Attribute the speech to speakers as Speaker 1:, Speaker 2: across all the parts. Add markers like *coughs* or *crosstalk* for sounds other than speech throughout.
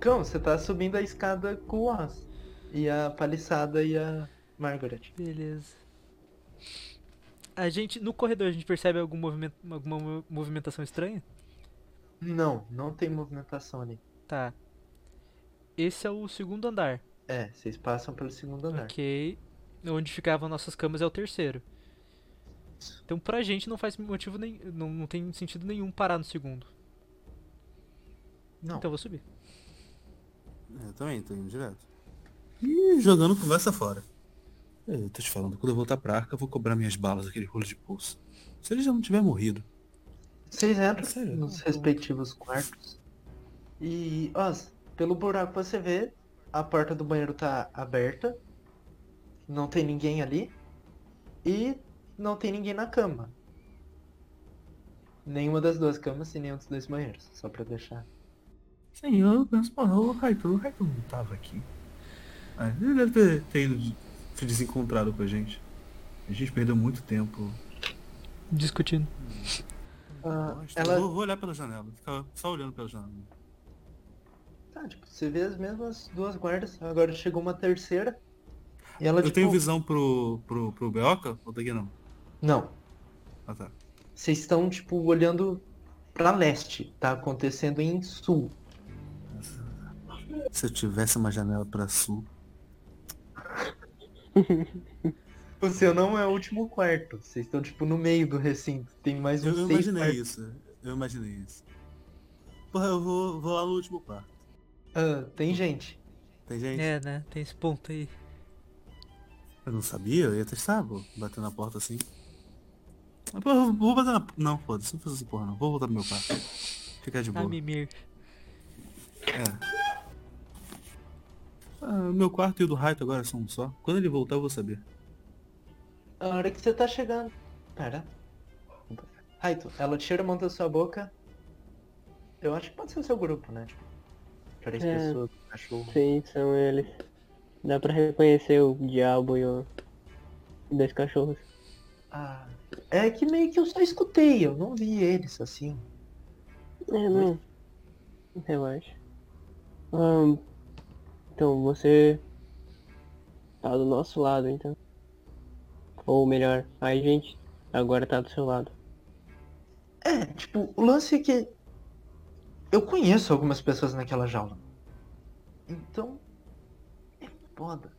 Speaker 1: Cão, você tá subindo a escada com o Oz. E a paliçada e a Margaret.
Speaker 2: Beleza. A gente, no corredor, a gente percebe algum movimento, alguma mo- movimentação estranha?
Speaker 1: Não, não tem movimentação ali.
Speaker 2: Tá. Esse é o segundo andar.
Speaker 1: É, vocês passam pelo segundo andar.
Speaker 2: Ok. Onde ficavam nossas camas é o terceiro. Então pra gente não faz motivo nem, não, não tem sentido nenhum parar no segundo.
Speaker 1: Não.
Speaker 2: Então eu vou subir.
Speaker 3: É, eu também, tô indo direto. E jogando conversa fora. É, Eu tô te falando, quando eu voltar pra arca, eu vou cobrar minhas balas, aquele rolo de pulso. Se ele já não tiver morrido.
Speaker 1: Vocês entram
Speaker 3: Sério?
Speaker 1: nos respectivos quartos. E, ó, pelo buraco que você vê, a porta do banheiro tá aberta. Não tem ninguém ali. E não tem ninguém na cama. Nenhuma das duas camas e nenhum dos dois banheiros. Só pra deixar.
Speaker 3: Sim, eu penso, mano, o Raitou, o Raitou não tava aqui. Ah, ele deve ter, ter ido de- se desencontrado com a gente. A gente perdeu muito tempo.
Speaker 2: Discutindo.
Speaker 1: Ah,
Speaker 3: Gosto.
Speaker 1: ela
Speaker 3: Vou, vou olhar pela janela, ficar só olhando pela janela.
Speaker 1: Tá, tipo, você vê as mesmas duas guardas, agora chegou uma terceira. E ela
Speaker 3: eu
Speaker 1: tipo,
Speaker 3: tenho visão pro, pro, pro Beoca? Ou daqui não?
Speaker 1: Não.
Speaker 3: Ah tá.
Speaker 1: Vocês estão, tipo, olhando pra leste. Tá acontecendo em sul.
Speaker 3: Se eu tivesse uma janela pra sul.
Speaker 1: O seu não é o último quarto. Vocês estão, tipo, no meio do recinto. Tem mais
Speaker 3: Eu,
Speaker 1: uns
Speaker 3: eu
Speaker 1: seis
Speaker 3: imaginei
Speaker 1: quartos.
Speaker 3: isso. Eu imaginei isso. Porra, eu vou, vou lá no último quarto.
Speaker 1: Ah, tem gente.
Speaker 3: Tem gente?
Speaker 2: É, né? Tem esse ponto aí.
Speaker 3: Eu não sabia, eu ia testar, vou bater na porta assim. Ah, Porra, eu vou bater na. Não, foda-se, não faço essa porra não. Vou voltar pro meu quarto. Ficar
Speaker 4: Tá
Speaker 3: de
Speaker 2: Ah,
Speaker 3: boa.
Speaker 2: Mimir.
Speaker 3: É. Ah, meu quarto e o do Raito agora são um só. Quando ele voltar eu vou saber.
Speaker 1: A hora que você tá chegando. Pera. Raito, ela tira a mão da sua boca. Eu acho que pode ser o seu grupo, né? Tipo, três
Speaker 4: É.
Speaker 1: pessoas, cachorro.
Speaker 4: Sim, são eles. Dá pra reconhecer o diabo e o. e dois cachorros.
Speaker 1: Ah, é que meio que eu só escutei, eu não vi eles assim.
Speaker 4: É, não. Relaxa. Ahn, então, você. Tá do nosso lado, então. Ou melhor, a gente agora tá do seu lado.
Speaker 1: É, tipo, o lance é que eu conheço algumas pessoas naquela jaula. Então, é foda.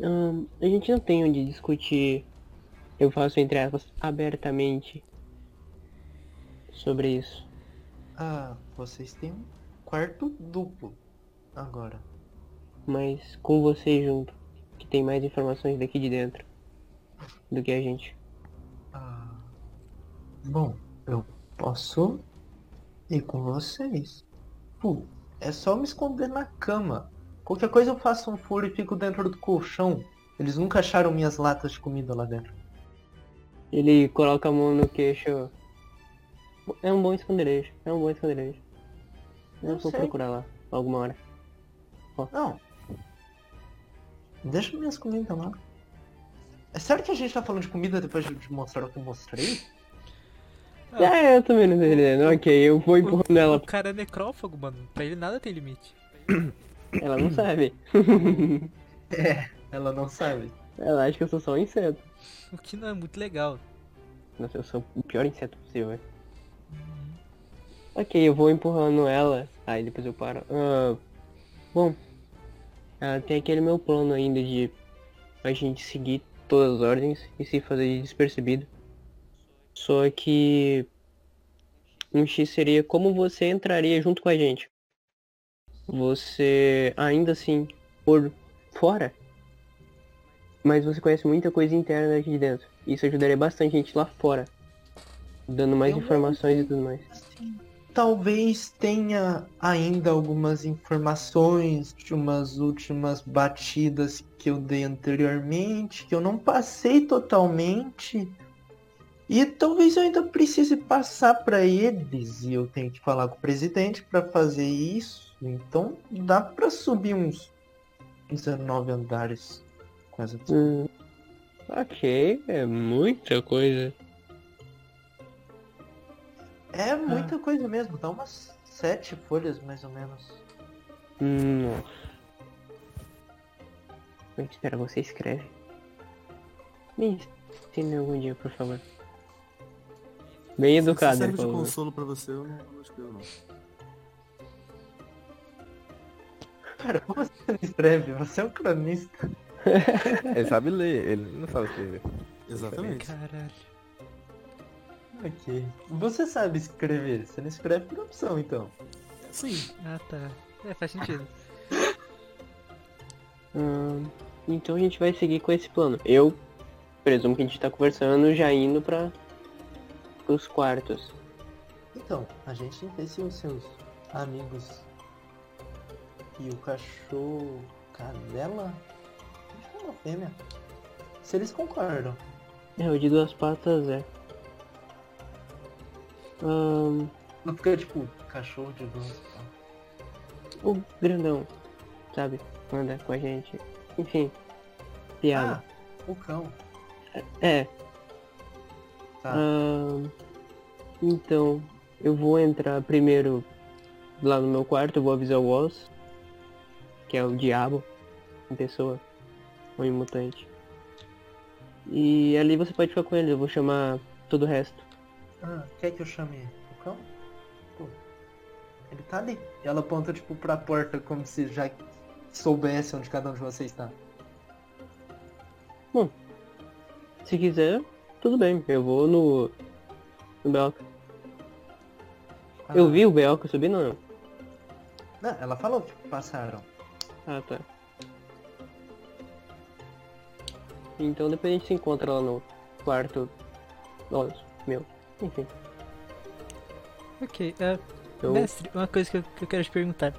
Speaker 4: Ahn, Ah, a gente não tem onde discutir, eu faço entre aspas, abertamente sobre isso.
Speaker 1: Ah, vocês têm um quarto duplo agora.
Speaker 4: Mas com você junto, que tem mais informações daqui de dentro do que a gente.
Speaker 1: Ah, bom, eu posso ir com vocês. Pô, é só me esconder na cama. Qualquer coisa eu faço um furo e fico dentro do colchão. Eles nunca acharam minhas latas de comida lá dentro.
Speaker 4: Ele coloca a mão no queixo. É um bom esconderijo, é um bom esconderijo. Eu
Speaker 1: Eu
Speaker 4: vou
Speaker 1: sei.
Speaker 4: procurar lá, alguma hora.
Speaker 1: Não. Deixa minhas comidas lá. É sério que a gente tá falando de comida depois de- de mostrar o que eu mostrei?
Speaker 2: Ah.
Speaker 4: Ah, eu também não tô entendendo. Ok, eu vou empurrando ela.
Speaker 2: O cara é necrófago, mano. Pra ele nada tem limite.
Speaker 4: Ela não sabe.
Speaker 1: Ela não sabe.
Speaker 4: Ela acha que eu sou só um inseto.
Speaker 2: O que não é muito legal.
Speaker 4: Nossa, eu sou o pior inseto possível. Ok, eu vou empurrando ela. Aí depois eu paro. Ah, bom, ah, tem aquele meu plano ainda de a gente seguir todas as ordens e se fazer de despercebido. Só que um X seria como você entraria junto com a gente. Você ainda assim por fora, mas você conhece muita coisa interna aqui de dentro. Isso ajudaria bastante a gente lá fora, dando mais
Speaker 1: Eu vou-
Speaker 4: informações e tudo mais.
Speaker 1: Talvez tenha ainda algumas informações de umas últimas batidas que eu dei anteriormente, que eu não passei totalmente. E talvez eu ainda precise passar pra eles e eu tenho que falar com o presidente pra fazer isso. Então dá pra subir uns 19 andares com essa
Speaker 4: Hum, ok, é muita coisa.
Speaker 1: É muita coisa mesmo, dá umas sete folhas mais ou menos.
Speaker 4: Nossa. Como é que espera, você escreve. Me ensine algum dia, por favor. Bem educado,
Speaker 3: Se
Speaker 4: por
Speaker 3: serve de
Speaker 4: favor.
Speaker 3: consolo pra você, eu não, eu não escrevo, não.
Speaker 1: Cara, como você não escreve? Você é um cronista.
Speaker 5: *laughs* Ele sabe ler, ele não sabe escrever.
Speaker 3: Exatamente.
Speaker 2: Caralho.
Speaker 1: Ok. Você sabe escrever. Você não escreve por opção, então.
Speaker 3: Sim.
Speaker 2: Ah tá. É, faz sentido.
Speaker 4: Ahn, então a gente vai seguir com esse plano. Eu presumo que a gente tá conversando já indo para os quartos.
Speaker 1: Então, a gente vê se os seus amigos e o cachorro cadela. Acho que é uma fêmea. Se eles concordam.
Speaker 4: É, o de duas patas é. Ahn,
Speaker 1: Não fica tipo cachorro de tá? duas patas.
Speaker 4: o grandão, sabe? Anda com a gente. Enfim.
Speaker 1: Ah,
Speaker 4: Piada.
Speaker 1: o cão.
Speaker 4: É.
Speaker 1: Tá.
Speaker 4: Ahn, então, eu vou entrar primeiro lá no meu quarto, eu vou avisar o Wallace, que é o diabo, em pessoa, ou em mutante. E ali você pode ficar com ele, eu vou chamar todo o resto.
Speaker 1: Ah, quer que eu chame o cão? Pô, ele tá ali. E ela aponta, tipo, pra porta, como se já soubesse onde cada um de vocês tá.
Speaker 4: Se quiser, tudo bem, eu vou no, no Belka.
Speaker 1: Ah,
Speaker 4: Eu vi o Belka subir, não.
Speaker 1: Não, ela falou que passaram.
Speaker 4: Ah, tá. Então depois a gente se encontra lá no quarto. Nossa, meu. Enfim.
Speaker 2: Ok, é,
Speaker 4: Eu...
Speaker 2: mestre, uma coisa que eu, que eu quero te perguntar.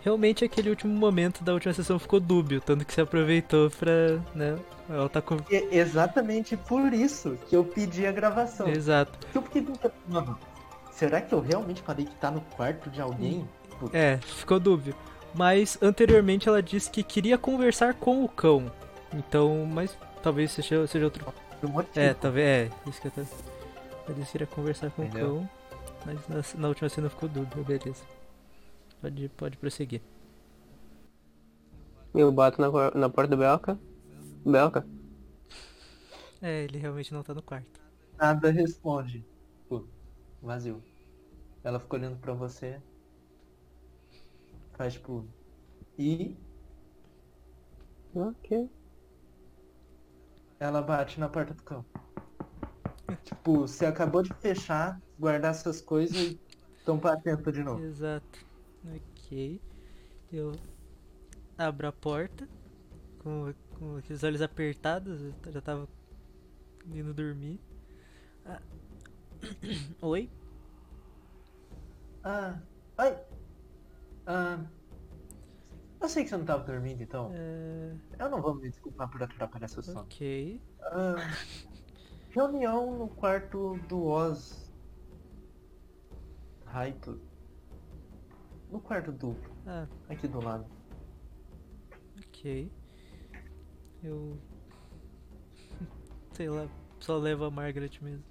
Speaker 2: Realmente aquele último momento da última sessão ficou dúbio, tanto que você aproveitou pra. né? Ela tá com.
Speaker 1: E é exatamente por isso que eu pedi a gravação.
Speaker 2: Exato.
Speaker 1: Eu fiquei pensando, mano, será que eu realmente falei que tá no quarto de alguém?
Speaker 2: É, ficou dúbio. Mas anteriormente ela disse que queria conversar com o cão. Então, mas talvez seja, seja outro.
Speaker 1: Por um motivo.
Speaker 4: tá.
Speaker 2: É, talvez. É, isso que eu tô. Ela disse que queria conversar com
Speaker 1: Entendeu?
Speaker 2: o cão. Mas na, na última cena ficou dúbio, beleza. Pode, pode prosseguir.
Speaker 4: Eu bato na, cor- na porta do Belka. Belka,
Speaker 2: É, ele realmente não tá no quarto.
Speaker 1: Nada responde. Pô, vazio. Ela fica olhando pra você. Faz tipo. E
Speaker 4: ok.
Speaker 1: ela bate na porta do cão. Tipo, você acabou de fechar, guardar suas coisas e tampar a tenta de novo.
Speaker 2: Exato. Ok. Eu abro a porta com, com aqueles olhos apertados, eu t- já tava indo dormir. Ah. *coughs* Oi?
Speaker 1: Ah. Ai! Ah. Eu sei que você não tava dormindo, então.
Speaker 2: É,
Speaker 1: Eu não vou me desculpar por atrapalhar seu sono.
Speaker 2: ok.
Speaker 1: Ah, reunião no quarto do Oz. Raito. No quarto duplo,
Speaker 2: Ah,
Speaker 1: aqui do lado.
Speaker 2: ok. Eu. *laughs* Sei lá, só levo a Margaret mesmo.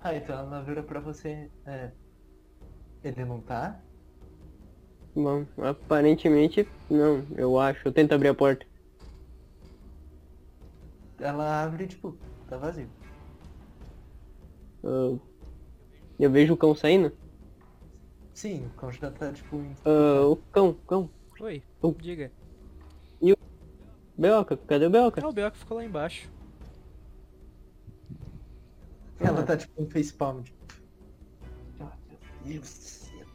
Speaker 1: Raito, ela vira pra você. É. Ele não tá?
Speaker 4: Bom, aparentemente não, eu acho. Eu tento abrir a porta.
Speaker 1: Ela abre tipo, tá vazio.
Speaker 4: Ah, eu vejo o cão saindo.
Speaker 1: Sim, o cão já tá tipo. em-
Speaker 4: Ah, o cão, cão.
Speaker 2: Oi,
Speaker 4: Oh.
Speaker 2: diga.
Speaker 4: Belka, cadê o Belka?
Speaker 2: Ah, o Belk ficou lá embaixo.
Speaker 1: Ela tá tipo um facepalm. Tipo... Ah, meu Deus do céu.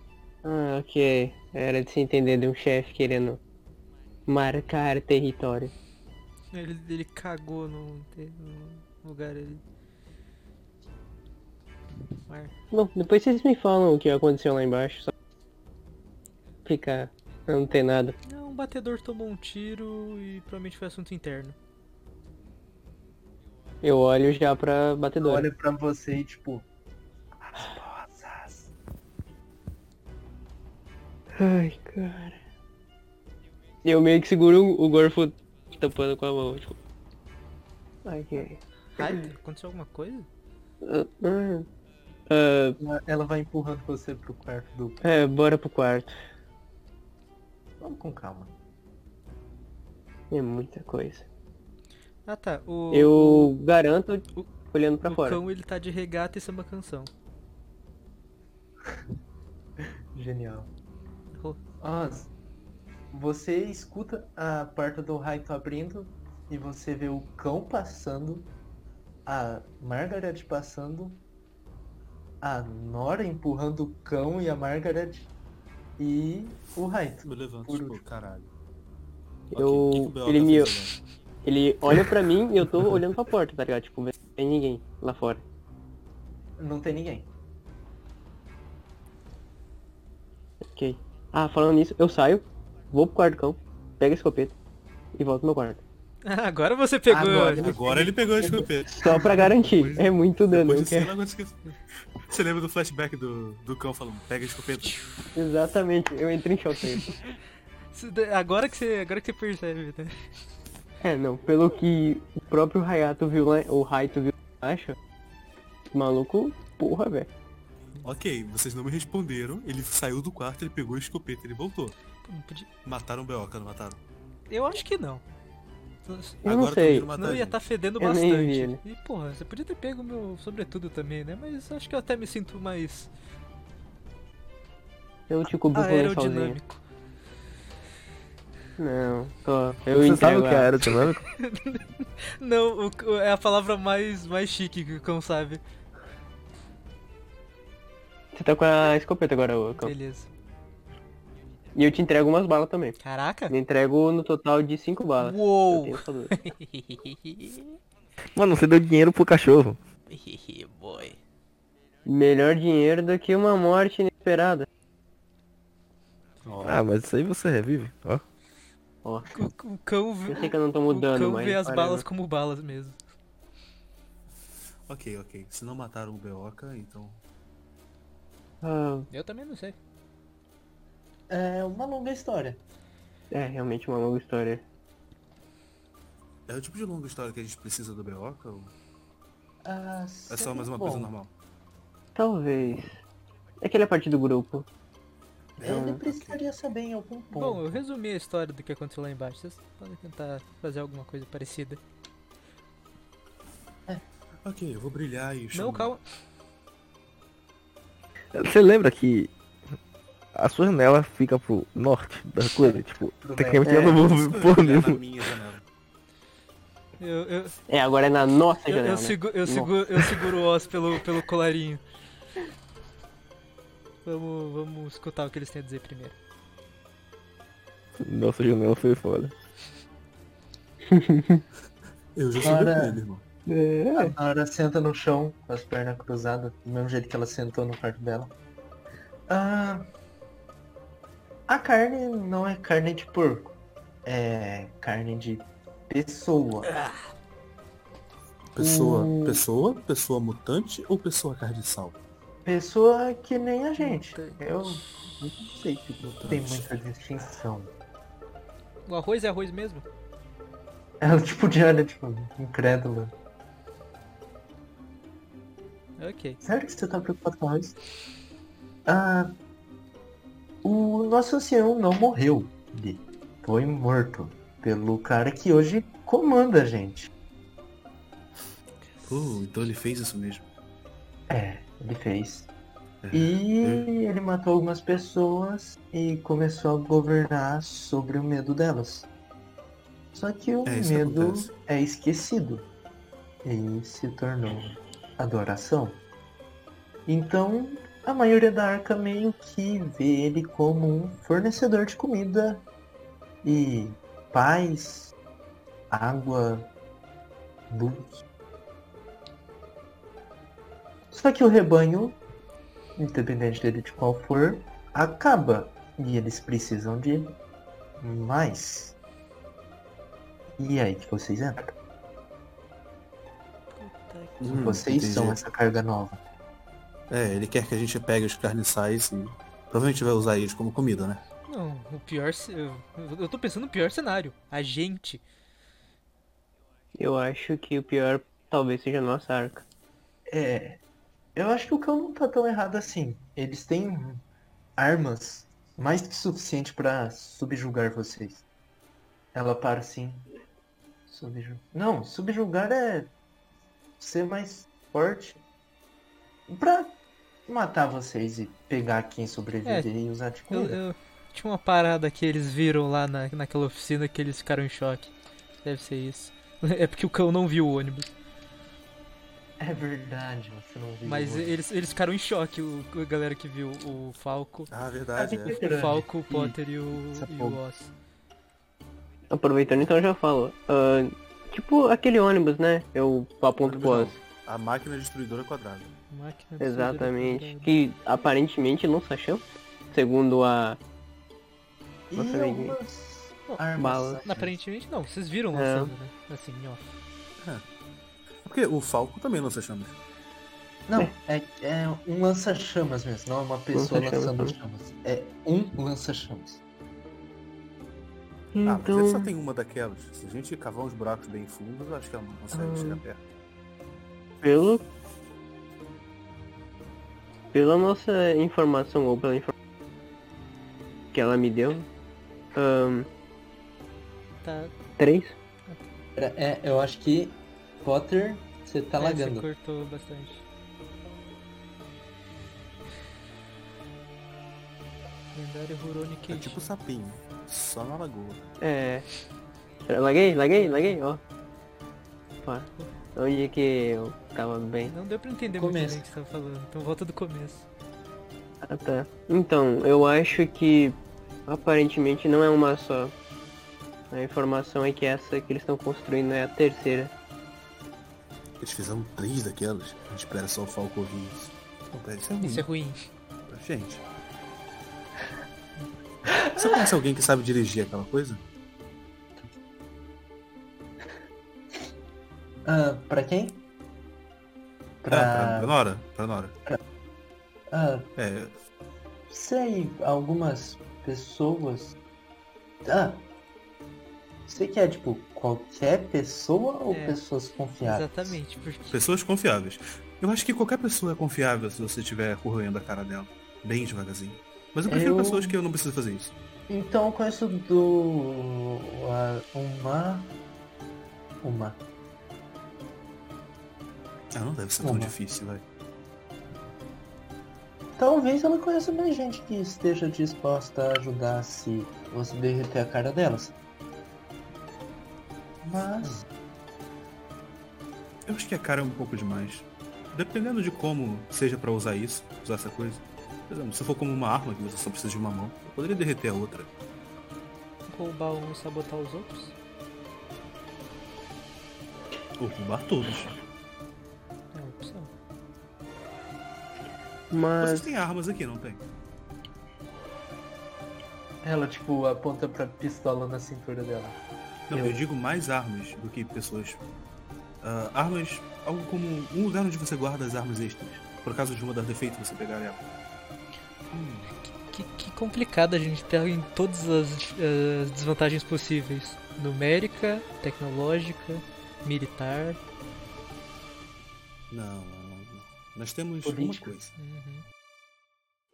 Speaker 4: Ah, ok. Era de se entender de um chefe querendo marcar território.
Speaker 2: Ele, ele cagou num, te- num lugar ali. Mar-
Speaker 4: Bom, depois vocês me falam o que aconteceu lá embaixo. Só ficar antenado.
Speaker 2: É, um batedor tomou um tiro e provavelmente foi assunto interno.
Speaker 4: Eu olho já pra batedora.
Speaker 1: Olha pra você e tipo. As rosas.
Speaker 4: Ai, cara. Eu meio que seguro o gorfo tampando com a mão, tipo. Ok.
Speaker 2: Ai, aconteceu alguma coisa?
Speaker 4: Ah, ah, Ah,
Speaker 1: Ela- Ela vai empurrando você pro quarto do.
Speaker 4: é, bora pro quarto.
Speaker 1: Vamos com calma.
Speaker 4: É muita coisa.
Speaker 2: Ah tá, o,
Speaker 4: Eu garanto,
Speaker 2: o-
Speaker 4: olhando pra
Speaker 2: o
Speaker 4: fora.
Speaker 2: cão ele tá de regata e samba canção. *laughs*
Speaker 1: Genial.
Speaker 2: Ro-
Speaker 1: Oz, você escuta a porta do Raito abrindo e você vê o cão passando, a Margaret passando, a Nora empurrando o cão e a Margaret e o Raito.
Speaker 3: Me levanto,
Speaker 1: Por
Speaker 3: tipo,
Speaker 1: último.
Speaker 3: caralho.
Speaker 4: Eu-
Speaker 3: Ok, o que que o
Speaker 2: tipo,
Speaker 3: Beota
Speaker 4: ele
Speaker 2: tá
Speaker 4: me-
Speaker 3: fez agora?
Speaker 4: Ele olha pra mim e eu tô olhando pra porta, tá ligado? Tipo, não tem ninguém lá fora.
Speaker 1: Não tem ninguém.
Speaker 4: Ok. Ah, falando nisso, eu saio, vou pro quarto do cão, pego a escopeta e volto pro meu quarto.
Speaker 2: Agora você pegou.
Speaker 1: Agora.
Speaker 4: né?
Speaker 3: Agora ele pegou a escopeta.
Speaker 4: Só
Speaker 5: *laughs*
Speaker 4: pra garantir, é muito dano.
Speaker 3: Depois
Speaker 4: eu
Speaker 3: disso, eu
Speaker 4: quero-
Speaker 3: não aguento esquecer. Você lembra do flashback do, do cão falando, pega a escopeta?
Speaker 4: Exatamente, eu entrei em choque. aí.
Speaker 2: Isso da- Agora que você, agora que você percebe, né?
Speaker 4: É, não, pelo que o próprio Hayato viu lá, o Raito viu lá, acho, o maluco, porra, velho.
Speaker 3: Ok, vocês não me responderam. Ele saiu do quarto, ele pegou a escopeta, ele voltou.
Speaker 2: Pô, não podia-
Speaker 3: Mataram o Beoca, não mataram?
Speaker 2: Eu acho que não.
Speaker 4: Eu
Speaker 3: Agora
Speaker 4: não
Speaker 3: tão
Speaker 4: sei.
Speaker 3: querendo matar
Speaker 2: Não ia tá-
Speaker 3: ele.
Speaker 2: estar fedendo
Speaker 4: Eu nem vi
Speaker 2: bastante. E porra, você podia ter pego o meu sobretudo também, né? Mas acho que eu até me sinto mais
Speaker 4: Eu te cubro com ele sozinho.
Speaker 2: aerodinâmico.
Speaker 4: Não, tô. Eu
Speaker 5: Você sabe
Speaker 4: entrego
Speaker 5: o que é
Speaker 4: ela.
Speaker 5: aerodinâmico?
Speaker 2: Não, o c- é a palavra mais, mais chique que o cão sabe.
Speaker 4: Você tá com a escopeta agora, ô, cão.
Speaker 2: Beleza.
Speaker 4: E eu te entrego umas balas também.
Speaker 2: Caraca!
Speaker 4: Me entrego no total de 5 balas. Eu
Speaker 2: Uou!
Speaker 4: tenho essa dúvida.
Speaker 5: *laughs* Mano, você deu dinheiro pro cachorro.
Speaker 2: *laughs* Boy.
Speaker 4: Melhor dinheiro do que uma morte inesperada.
Speaker 5: Ah, mas isso aí você revive. Ó.
Speaker 4: Ó,
Speaker 2: O, o cão vê,
Speaker 4: eu sei que eu não tô
Speaker 2: o
Speaker 4: mudando,
Speaker 2: cão
Speaker 4: mas...
Speaker 2: vê as
Speaker 4: olha,
Speaker 2: balas como balas mesmo.
Speaker 3: Ok, ok. Se não mataram o Beoca, então.
Speaker 4: ah,
Speaker 2: Eu também não sei.
Speaker 1: É uma longa história.
Speaker 4: é realmente uma longa história.
Speaker 3: É o tipo de longa história que a gente precisa do Beoca? Ou
Speaker 1: Ah,
Speaker 3: é só
Speaker 1: seria
Speaker 3: mais uma
Speaker 1: bom.
Speaker 3: coisa normal?
Speaker 4: Talvez... É que ele é parte do grupo.
Speaker 1: Ele
Speaker 3: Ah,
Speaker 4: Hum,
Speaker 1: precisaria saber em algum ponto.
Speaker 2: Bom, eu resumi a história do que aconteceu lá embaixo. Vocês podem tentar fazer alguma coisa parecida.
Speaker 3: Ok, eu vou brilhar e.
Speaker 2: Não,
Speaker 3: chamo-
Speaker 2: calma.
Speaker 5: Você lembra que a sua janela fica pro norte da coisa? Tipo,
Speaker 1: Pro
Speaker 5: tecnicamente eu
Speaker 4: É.
Speaker 5: não vou
Speaker 3: Eu
Speaker 5: ver
Speaker 3: vou
Speaker 5: porra
Speaker 3: brilhar na
Speaker 5: nenhuma.
Speaker 3: minha janela.
Speaker 2: Eu, eu,
Speaker 4: É, agora é na nossa
Speaker 2: eu,
Speaker 4: janela,
Speaker 2: eu,
Speaker 4: né?
Speaker 2: sigo, eu,
Speaker 4: Nossa.
Speaker 2: sigo, eu seguro o Oz pelo, pelo colarinho. Vamos, vamos escutar o que eles têm a dizer primeiro.
Speaker 5: Nossa janela foi foda.
Speaker 3: Eu já
Speaker 1: Cara.
Speaker 3: subi com ele, irmão.
Speaker 1: A
Speaker 4: É.
Speaker 1: Nara senta no chão, com as pernas cruzadas, do mesmo jeito que ela sentou no quarto dela. Ah, a carne não é carne de porco, é carne de pessoa.
Speaker 3: Pessoa.
Speaker 1: Hum.
Speaker 3: Pessoa? Pessoa mutante ou pessoa carniçal?
Speaker 1: Pessoa que nem a gente. Eu não sei se
Speaker 3: Mutante.
Speaker 1: tem muita distinção.
Speaker 2: O arroz é arroz mesmo?
Speaker 1: Ela tipo de olha, tipo, incrédula.
Speaker 2: Ok.
Speaker 1: Sério que você tá preocupado com isso? Ah, o nosso ancião não morreu. Ele foi morto pelo cara que hoje comanda a gente.
Speaker 3: Uh, então ele fez isso mesmo.
Speaker 1: É, ele fez.
Speaker 3: Uhum.
Speaker 1: E ele matou algumas pessoas e começou a governar sobre o medo delas. Só que o
Speaker 3: É, isso
Speaker 1: medo
Speaker 3: acontece.
Speaker 1: é esquecido e se tornou adoração. Então, a maioria da arca meio que vê ele como um fornecedor de comida e paz, água, luz. Só que o rebanho, independente dele de qual for, acaba e eles precisam de mais. E é aí que vocês entram.
Speaker 2: Puta que-
Speaker 3: Hum,
Speaker 1: vocês são
Speaker 3: entendi.
Speaker 1: essa carga nova.
Speaker 3: É, ele quer que a gente pegue os carniçais e provavelmente vai usar eles como comida, né?
Speaker 2: Não, o pior. ce- Eu, eu tô pensando no pior cenário. A gente.
Speaker 4: Eu acho que o pior talvez seja a nossa arca.
Speaker 1: É. Eu acho que o cão não tá tão errado assim. Eles têm armas mais que suficiente pra subjugar vocês. Ela para assim. Subju... Não, subjugar é ser mais forte pra matar vocês e pegar quem sobreviver e usar de
Speaker 2: É, Eu,
Speaker 1: cura.
Speaker 2: eu- tinha uma parada que eles viram lá na, naquela oficina que eles ficaram em choque. Deve ser isso. *laughs* É porque o cão não viu o ônibus.
Speaker 1: É verdade, você não viu.
Speaker 2: Mas
Speaker 1: hoje.
Speaker 2: eles, eles ficaram em choque, o, a galera que viu o Falco.
Speaker 3: Ah, verdade,
Speaker 1: Ah, tem
Speaker 3: é.
Speaker 1: que- Grande.
Speaker 2: O Falco, o Potter e o,
Speaker 1: essa
Speaker 2: e
Speaker 1: porra.
Speaker 2: o Oz.
Speaker 4: Aproveitando então eu já falo. Ah, tipo aquele ônibus, né? Eu aponto pro Oz.
Speaker 3: A máquina destruidora quadrada.
Speaker 2: Máquina destruidora
Speaker 4: Exatamente.
Speaker 2: quadrada.
Speaker 4: Que aparentemente lança chama, segundo a.
Speaker 1: E
Speaker 4: Você vem com-
Speaker 1: algumas armas.
Speaker 4: Balas.
Speaker 2: Não, Aparentemente não, vocês viram lançando, né? Assim, ó.
Speaker 3: É Porque o Falco também lança chamas.
Speaker 1: Não, é, é um lança-chamas mesmo, não é uma pessoa
Speaker 4: Lança-chamas,
Speaker 1: lançando
Speaker 4: né?
Speaker 1: chamas. É um lança-chamas.
Speaker 3: Ah, mas ele só
Speaker 4: Então.
Speaker 3: tem uma daquelas. Se a gente cavar uns buracos bem fundos, eu acho que é ela não consegue
Speaker 4: Ah.
Speaker 3: chegar perto.
Speaker 4: Pelo. Pela nossa informação, ou pela informação que ela me deu. ahn,
Speaker 2: Tá,
Speaker 4: três?
Speaker 1: Pera, É, eu acho que Potter, você tá
Speaker 2: é,
Speaker 1: lagando.
Speaker 2: Você cortou bastante. Lendário Rurouni
Speaker 3: É
Speaker 2: Kenshin.
Speaker 3: tipo sapinho, só na lagoa.
Speaker 4: É. Pera, Laguei, laguei, laguei, ó. Opa. Onde é que eu tava bem?
Speaker 2: Não deu pra entender muito
Speaker 1: Começa.
Speaker 2: bem o que você tava falando, então volta do começo.
Speaker 4: Ah tá. Então, eu acho que aparentemente não é uma só. A informação é que essa que eles estão construindo é a terceira.
Speaker 3: Eles fizeram três daquelas. A gente espera só o Falco ouvir isso. Pô, pera, isso é ruim
Speaker 2: Isso é ruim.
Speaker 3: pra gente. Você conhece alguém que sabe dirigir aquela coisa?
Speaker 1: Ah, pra quem?
Speaker 3: Ah, pra, pra
Speaker 1: Pra.
Speaker 3: Nora? Pra Nora.
Speaker 1: Ah,
Speaker 3: É,
Speaker 1: sei, algumas pessoas. Ah. Você quer, tipo, qualquer pessoa ou
Speaker 2: É,
Speaker 1: pessoas confiáveis?
Speaker 2: Exatamente, porque
Speaker 3: pessoas confiáveis. Eu acho que qualquer pessoa é confiável se você estiver corroendo a cara dela. Bem devagarzinho. Mas eu prefiro
Speaker 1: Eu-
Speaker 3: pessoas que eu não preciso fazer isso.
Speaker 1: Então eu conheço do. a- uma. Uma.
Speaker 3: Ah, não deve ser tão
Speaker 1: Uma.
Speaker 3: difícil, vai.
Speaker 1: Talvez ela conheça mais gente que esteja disposta a ajudar se você derreter a cara delas. Mas.
Speaker 3: Eu acho que a cara é um pouco demais. Dependendo de como seja pra usar isso, usar essa coisa. Por exemplo, se for como uma arma que você só precisa de uma mão, eu poderia derreter a outra.
Speaker 2: roubar um e sabotar os outros.
Speaker 3: Ou roubar todos.
Speaker 2: É uma opção.
Speaker 4: Mas Ah.
Speaker 3: Vocês têm armas aqui, não tem?
Speaker 1: Ela, tipo, aponta pra pistola na cintura dela.
Speaker 3: Não, eu,
Speaker 1: Eu.
Speaker 3: digo mais armas do que pessoas. Ah, armas, algo como um lugar onde você guarda as armas extras. Por caso de uma dar defeito, você pegar ela.
Speaker 2: Que, que complicado a gente tá em todas as eh, desvantagens possíveis. Numérica, tecnológica, militar.
Speaker 3: Não, não, não. não. Nós temos
Speaker 1: Política.
Speaker 3: uma coisa.
Speaker 2: Uhum.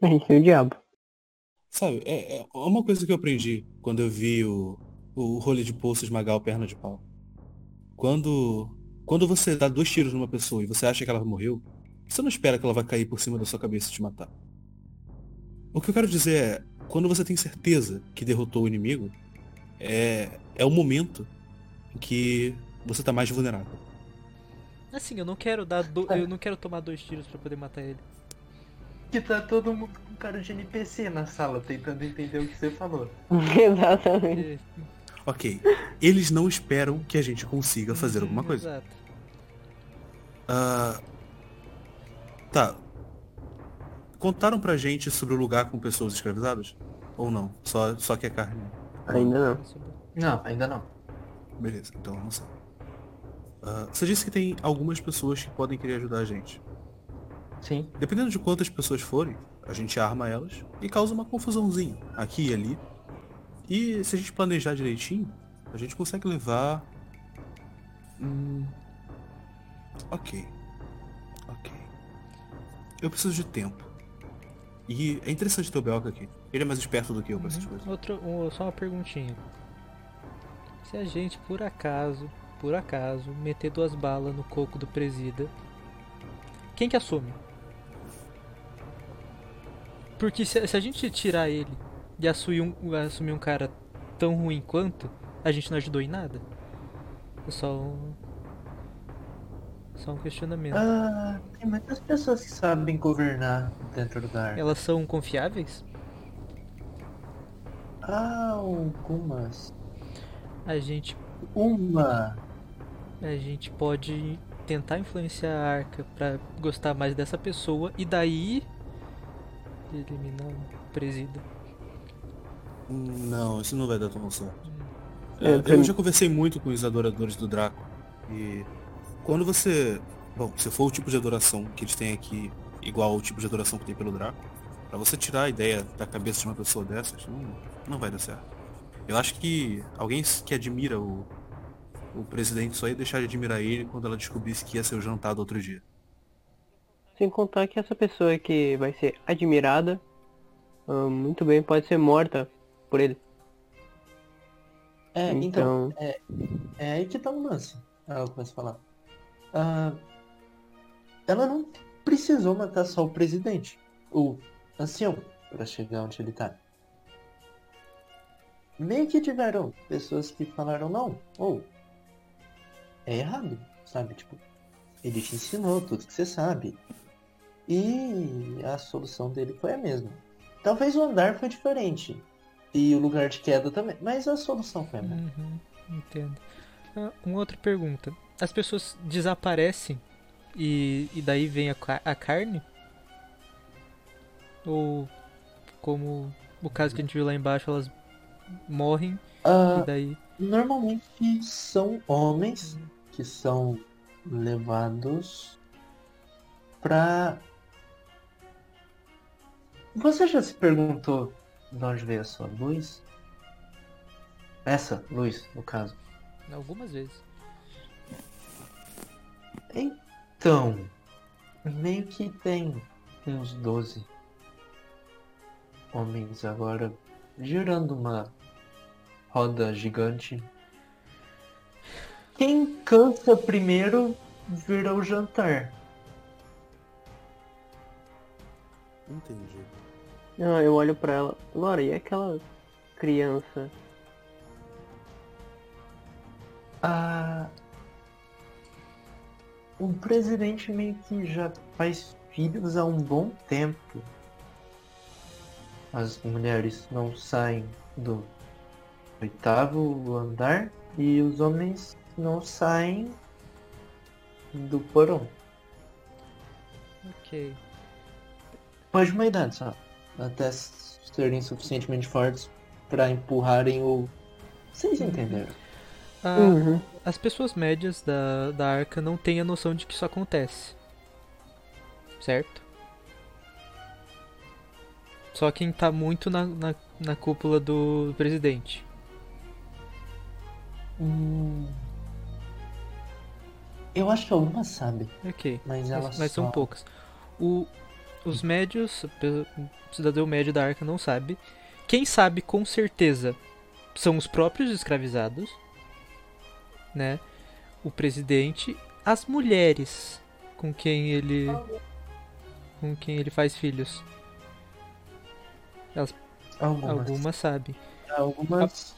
Speaker 4: a gente tem o diabo. *laughs*
Speaker 3: Sabe, é, é uma coisa que eu aprendi quando eu vi o, o rolê de pulso esmagar o perna de pau. Quando, quando você dá dois tiros numa pessoa e você acha que ela morreu, você não espera que ela vai cair por cima da sua cabeça e te matar. O que eu quero dizer é, quando você tem certeza que derrotou o inimigo, é, é o momento em que você tá mais vulnerável.
Speaker 2: Assim, eu não quero dar do...
Speaker 3: É.
Speaker 2: eu não quero tomar dois tiros pra poder matar ele.
Speaker 1: Que tá todo mundo com cara de NPC na sala, tentando entender o que você falou.
Speaker 2: Eh,
Speaker 4: Exatamente.
Speaker 3: Ok, eles não esperam que a gente consiga fazer
Speaker 2: uhum,
Speaker 3: alguma coisa.
Speaker 2: Exato.
Speaker 3: Ah, tá. Contaram pra gente sobre o lugar com pessoas escravizadas? Ou não? Só, só que é carne.
Speaker 4: Ainda não.
Speaker 2: Isso é bom.
Speaker 1: Não, ainda não.
Speaker 3: Beleza, então não sei. Ah, você disse que tem algumas pessoas que podem querer ajudar a gente.
Speaker 1: Sim.
Speaker 3: Dependendo de quantas pessoas forem, a gente arma elas e causa uma confusãozinha aqui e ali. E se a gente planejar direitinho, a gente consegue levar. Hum... Ok. Ok. Eu preciso de tempo. E é interessante ter o Belka aqui. Ele é mais esperto do que eu pra essas coisas.
Speaker 2: Outro, um- só uma perguntinha. Se a gente, por acaso, por acaso, meter duas balas no coco do presida, quem que assume? Porque se, se a gente tirar ele e assumir um, assumir um cara tão ruim quanto, a gente não ajudou em nada. É só um... Só um questionamento.
Speaker 1: Ah, tem muitas pessoas que sabem governar dentro da arma.
Speaker 2: Elas são confiáveis?
Speaker 1: Ah, algumas.
Speaker 2: A gente
Speaker 1: Uma.
Speaker 2: A gente pode tentar influenciar a Arca pra gostar mais dessa pessoa e daí eliminar o presida.
Speaker 3: Hum, Não, isso não vai dar tão certo.
Speaker 5: É,
Speaker 3: É,
Speaker 5: tem-
Speaker 3: eu já conversei muito com os adoradores do Draco. E quando você. Bom, se for o tipo de adoração que eles têm aqui, igual ao tipo de adoração que tem pelo Draco, pra você tirar a ideia da cabeça de uma pessoa dessas, não, não vai dar certo. Eu acho que alguém s- que admira o, o presidente só ia deixar de admirar ele quando ela descobrisse que ia ser o jantar do outro dia.
Speaker 4: Sem contar que essa pessoa que vai ser admirada, ah, muito bem, pode ser morta por ele.
Speaker 1: É, então,
Speaker 4: então,
Speaker 1: É aí que tá o lance. Ela começa a falar. Ah, ela não precisou matar só o presidente, o ancião, pra chegar onde ele tá. Meio que tiveram pessoas que falaram não, ou é errado, sabe? Tipo, ele te ensinou tudo que você sabe. E a solução dele foi a mesma. Talvez o andar foi diferente. E o lugar de queda também. Mas a solução foi a mesma.
Speaker 2: Uhum, entendo. Ah, uma outra pergunta. As pessoas desaparecem e, e daí vem a, ca- a carne? Ou como o caso que a gente viu lá embaixo, elas morrem
Speaker 1: Ah,
Speaker 2: e daí.
Speaker 1: Normalmente são homens que são levados pra. Você já se perguntou de onde veio a sua luz? Essa luz, no caso.
Speaker 2: Algumas vezes.
Speaker 1: Então, meio que tem uns 12 homens agora girando uma roda gigante. Quem cansa primeiro vira o jantar.
Speaker 3: Entendi.
Speaker 4: ah, eu olho pra ela. Laura, e aquela criança?
Speaker 1: Ah, o presidente meio que já faz filhos há um bom tempo. As mulheres não saem do oitavo andar e os homens não saem do um. porão.
Speaker 2: Ok.
Speaker 1: Pode uma idade só. Até serem suficientemente fortes para empurrarem o. Vocês entenderam?
Speaker 2: Ah,
Speaker 4: Uhum.
Speaker 2: As pessoas médias da, da arca não têm a noção de que isso acontece. Certo? Só quem tá muito na, na, na cúpula do, do presidente.
Speaker 1: Hum. Eu acho que algumas sabem,
Speaker 2: Ok.
Speaker 1: mas
Speaker 2: Mas,
Speaker 1: elas
Speaker 2: mas
Speaker 1: só-
Speaker 2: são poucas. O, os médios, pe- o cidadão médio da arca não sabe. Quem sabe com certeza são os próprios escravizados, né? O presidente, as mulheres com quem ele com quem ele faz filhos.
Speaker 1: Algumas, algumas,
Speaker 2: Algumas sabem.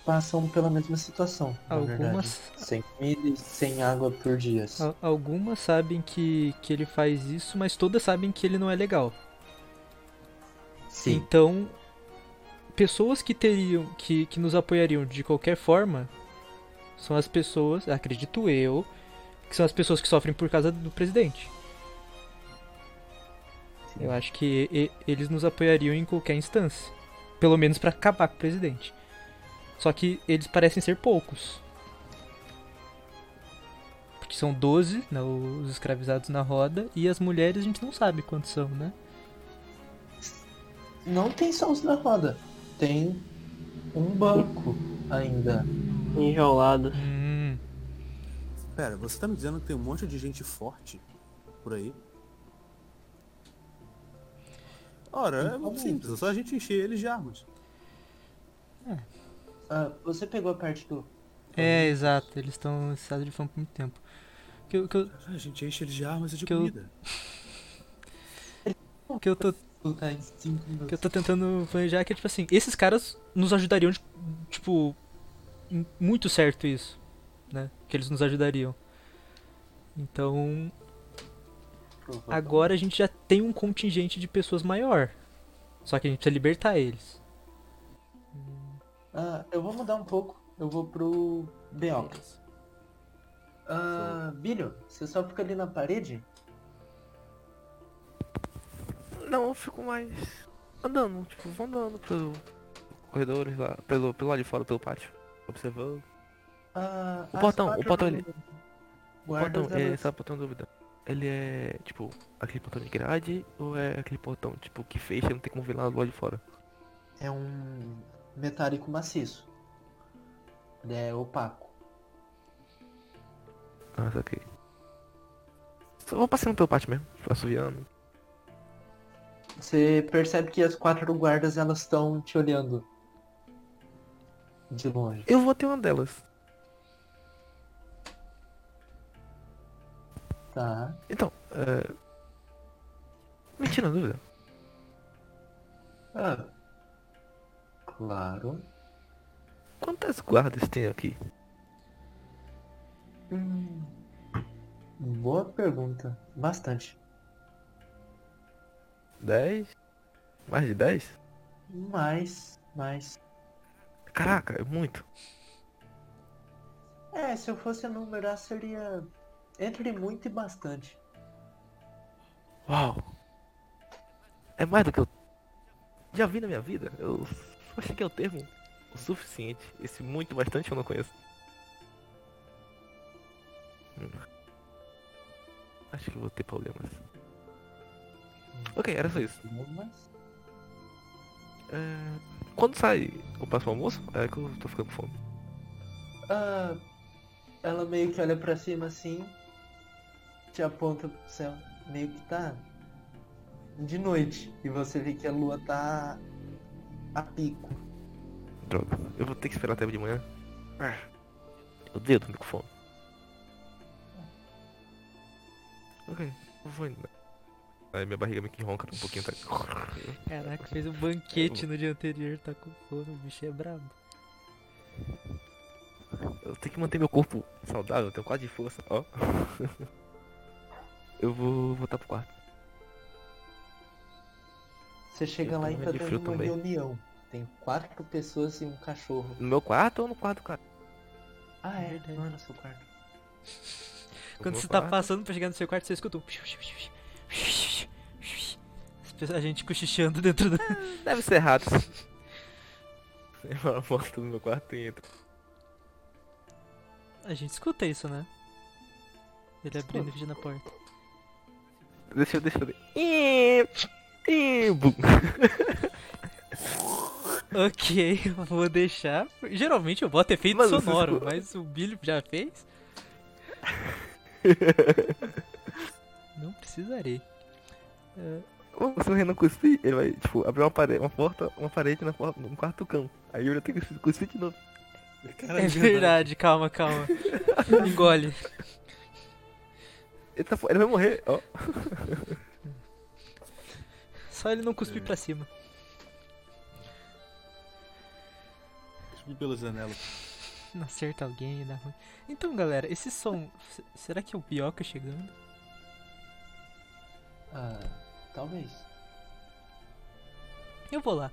Speaker 1: passam pela mesma situação. na verdade.
Speaker 2: Algumas Ah,
Speaker 1: Sem comida e sem água por dias.
Speaker 2: a- algumas sabem que que ele faz isso, mas todas sabem que ele não é legal.
Speaker 1: Sim.
Speaker 2: Então, pessoas que teriam, que, que nos apoiariam de qualquer forma, são as pessoas, acredito eu, que são as pessoas que sofrem por causa do presidente. Eu acho que e- eles nos apoiariam em qualquer instância, pelo menos pra acabar com o presidente. Só que eles parecem ser poucos. Porque são 12, né, os escravizados na roda, e as mulheres a gente não sabe quantos são, né?
Speaker 1: Não tem só os da roda. Tem um banco ainda.
Speaker 4: Enjaulado.
Speaker 2: Hum.
Speaker 3: Pera, você tá me dizendo que tem um monte de gente forte por aí? Ora, é muito simples, é só a gente encher eles de armas.
Speaker 1: Ah, você pegou a parte do.
Speaker 2: É, exato, eles estão em estado de fome por muito tempo. O que, eu- o que, eu-
Speaker 3: É, A gente enche eles de armas e de
Speaker 2: Que eu-
Speaker 3: comida.
Speaker 2: o que eu tô
Speaker 1: Tá, em cinco
Speaker 2: O que eu
Speaker 1: minutos.
Speaker 2: tô tentando planejar é que, tipo assim, esses caras nos ajudariam, de- tipo, m- muito certo isso, né? Que eles nos ajudariam. Então, agora a gente já tem um contingente de pessoas maior. Só que a gente precisa libertar eles.
Speaker 1: Ah, eu vou mudar um pouco. Eu vou pro Beocas. Ah, Bilho, você só fica ali na parede?
Speaker 5: Não, eu fico mais andando, tipo, vou andando pelo corredores lá, pelo, pelo lado de fora, pelo pátio, observando.
Speaker 1: Ah,
Speaker 5: O
Speaker 1: as
Speaker 5: portão, o
Speaker 1: quatro
Speaker 5: portão ali.
Speaker 1: guardas
Speaker 5: portão,
Speaker 1: da
Speaker 5: é,
Speaker 1: luz.
Speaker 5: só portão dúvida. Ele é, tipo, aquele portão de grade ou é aquele portão, tipo, que fecha e não tem como ver lá do lado de fora?
Speaker 1: É um metálico maciço. Ele é opaco.
Speaker 5: Ah, saquei. Só vou passando pelo pátio mesmo, assoviando.
Speaker 1: Você percebe que as quatro guardas elas estão te olhando. De longe.
Speaker 5: Eu vou ter uma delas.
Speaker 1: Tá.
Speaker 5: Então, é... Mentira, dúvida.
Speaker 1: Ah. Claro.
Speaker 5: Quantas guardas tem aqui?
Speaker 1: Hum, Boa pergunta. Bastante.
Speaker 5: Dez? Mais de dez?
Speaker 1: Mas, mas.
Speaker 5: Caraca, é muito.
Speaker 1: É, se eu fosse enumerar seria. Entre muito e bastante.
Speaker 5: Uau! É mais do que eu já vi na minha vida. Eu *laughs* só achei que é o termo o suficiente. Esse muito bastante eu não conheço. Hum. Acho que eu vou ter problemas. Ok, era só isso.
Speaker 1: Mas.
Speaker 5: É, Quando sai o próximo almoço, é que eu tô ficando com fome.
Speaker 1: Ah, ela meio que olha pra cima assim. Te aponta pro céu. Meio que tá. De noite. E você vê que a lua tá. A pico.
Speaker 5: Droga, eu vou ter que esperar até de manhã. Ah,
Speaker 2: É.
Speaker 5: Meu Deus, tô com fome. Ok, eu vou indo. né? Aí minha barriga meio que ronca um pouquinho, tá?
Speaker 2: Caraca, fez um banquete no dia anterior, tá com fome, o bicho é brabo.
Speaker 5: Eu tenho que manter meu corpo saudável, eu tenho quase de força, ó. *laughs* eu vou voltar pro quarto.
Speaker 1: Você chega
Speaker 5: Eu
Speaker 1: lá
Speaker 5: tô
Speaker 1: e tá
Speaker 5: morrendo de
Speaker 1: dando
Speaker 5: frio
Speaker 1: uma
Speaker 5: também.
Speaker 1: reunião. Tem quatro pessoas e um cachorro.
Speaker 5: No meu quarto ou no quarto do cara?
Speaker 1: Ah, é?
Speaker 2: Verdade.
Speaker 1: Não é no seu quarto.
Speaker 5: No
Speaker 2: Quando
Speaker 5: meu
Speaker 2: você tá
Speaker 5: quarto.
Speaker 2: passando pra chegar no seu quarto, você escuta um... As pessoas- A gente cochichando dentro do...
Speaker 5: Deve ser rato. *laughs* Eu volto no meu quarto e entro.
Speaker 2: A gente escuta isso, né? Ele abrindo e fechando a porta.
Speaker 5: Deixa eu, deixa eu ver. Ih, ih, bum.
Speaker 2: Ok, *laughs* eu vou deixar. Geralmente eu boto efeito
Speaker 5: Mano, você
Speaker 2: sonoro,
Speaker 5: escuta-
Speaker 2: mas o Billy já *laughs* fez. Não precisarei. É,
Speaker 5: Mano, se o Renan cuspir, ele vai, tipo, abrir uma parede, uma porta, uma parede na porta, no quarto do cão. Aí eu já tenho que cuspir de novo.
Speaker 3: Cara,
Speaker 2: é verdade, calma, *laughs* calma. Engole.
Speaker 5: Ele, tá, fo- ele vai morrer, ó.
Speaker 2: Só ele não cuspir pra cima.
Speaker 3: Subi pelas janelas.
Speaker 2: Não acerta alguém, dá ruim. Então, galera, esse som. se- Será que é o Bioca chegando?
Speaker 1: Ah, talvez.
Speaker 2: Eu vou lá.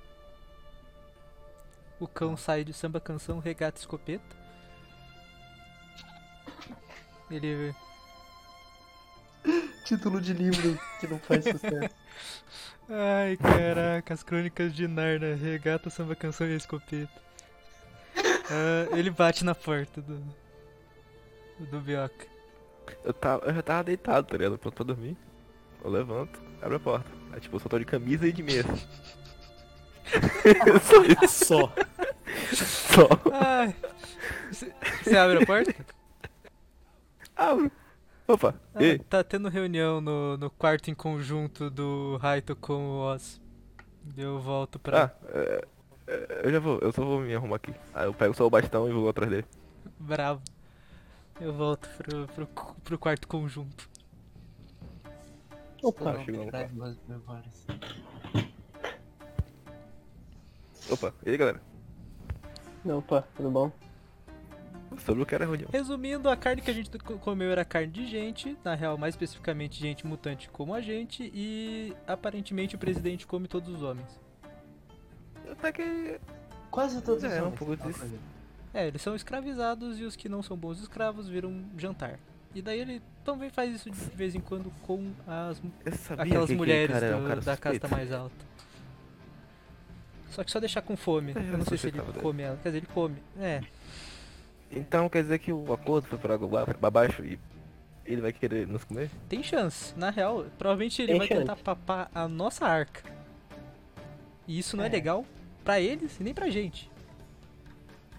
Speaker 2: O cão sai de samba canção, regata escopeta. Ele
Speaker 1: Título de livro que não faz *laughs* sucesso.
Speaker 2: Ai, caraca, as crônicas de Narnia, regata, samba, canção e escopeta. Ah, ele bate na porta do. do Bioca.
Speaker 5: Eu, tava, eu já tava deitado, tá ligado? Pronto pra dormir. Eu levanto, abro a porta. Aí, tipo, eu só tô de camisa e
Speaker 2: *laughs*
Speaker 5: de meia. só isso,
Speaker 3: Só.
Speaker 5: só.
Speaker 2: Ai! Você você abre a porta?
Speaker 5: Abro. Opa,
Speaker 2: Ah,
Speaker 5: ei.
Speaker 2: tá tendo reunião no, no quarto em conjunto do Raito com o Oz. Eu volto pra.
Speaker 5: Ah, é, é, eu já vou, eu só vou me arrumar aqui. Aí eu pego só o bastão e vou atrás dele.
Speaker 2: Bravo. Eu volto pro, pro, cu- pro quarto conjunto.
Speaker 5: Opa, Ah, chegou no
Speaker 1: traz boas memórias.
Speaker 5: Opa, e aí galera?
Speaker 4: Opa, tudo bom?
Speaker 5: Sobre o que era a reunião.
Speaker 2: Resumindo, a carne que a gente co- comeu era carne de gente, na real, mais especificamente gente mutante como a gente, e aparentemente o presidente come todos os homens.
Speaker 5: Até que.
Speaker 1: Quase todos tipo,
Speaker 5: É,
Speaker 1: os
Speaker 5: um
Speaker 1: homens.
Speaker 5: pouco
Speaker 1: Fala
Speaker 5: disso.
Speaker 1: pra mim.
Speaker 2: É, eles são escravizados e os que não são bons escravos viram um jantar. E daí ele também faz isso de vez em quando com as,
Speaker 5: Eu sabia
Speaker 2: aquelas
Speaker 5: que aquele
Speaker 2: mulheres
Speaker 5: cara era
Speaker 2: do-
Speaker 5: um cara
Speaker 2: da
Speaker 5: suspeito.
Speaker 2: casta mais alta. Só que só deixar com fome.
Speaker 5: É, eu
Speaker 2: Eu não sei se ele
Speaker 5: suspeitava dele.
Speaker 2: come ela. Quer dizer, ele come. É.
Speaker 5: Então quer dizer que o acordo foi para água aba- abaixo e ele vai querer nos comer?
Speaker 2: Tem chance, na real. Provavelmente ele
Speaker 4: Tem
Speaker 2: vai
Speaker 4: chance.
Speaker 2: tentar papar a nossa arca. E isso não é,
Speaker 4: É.
Speaker 2: legal pra eles e nem pra gente.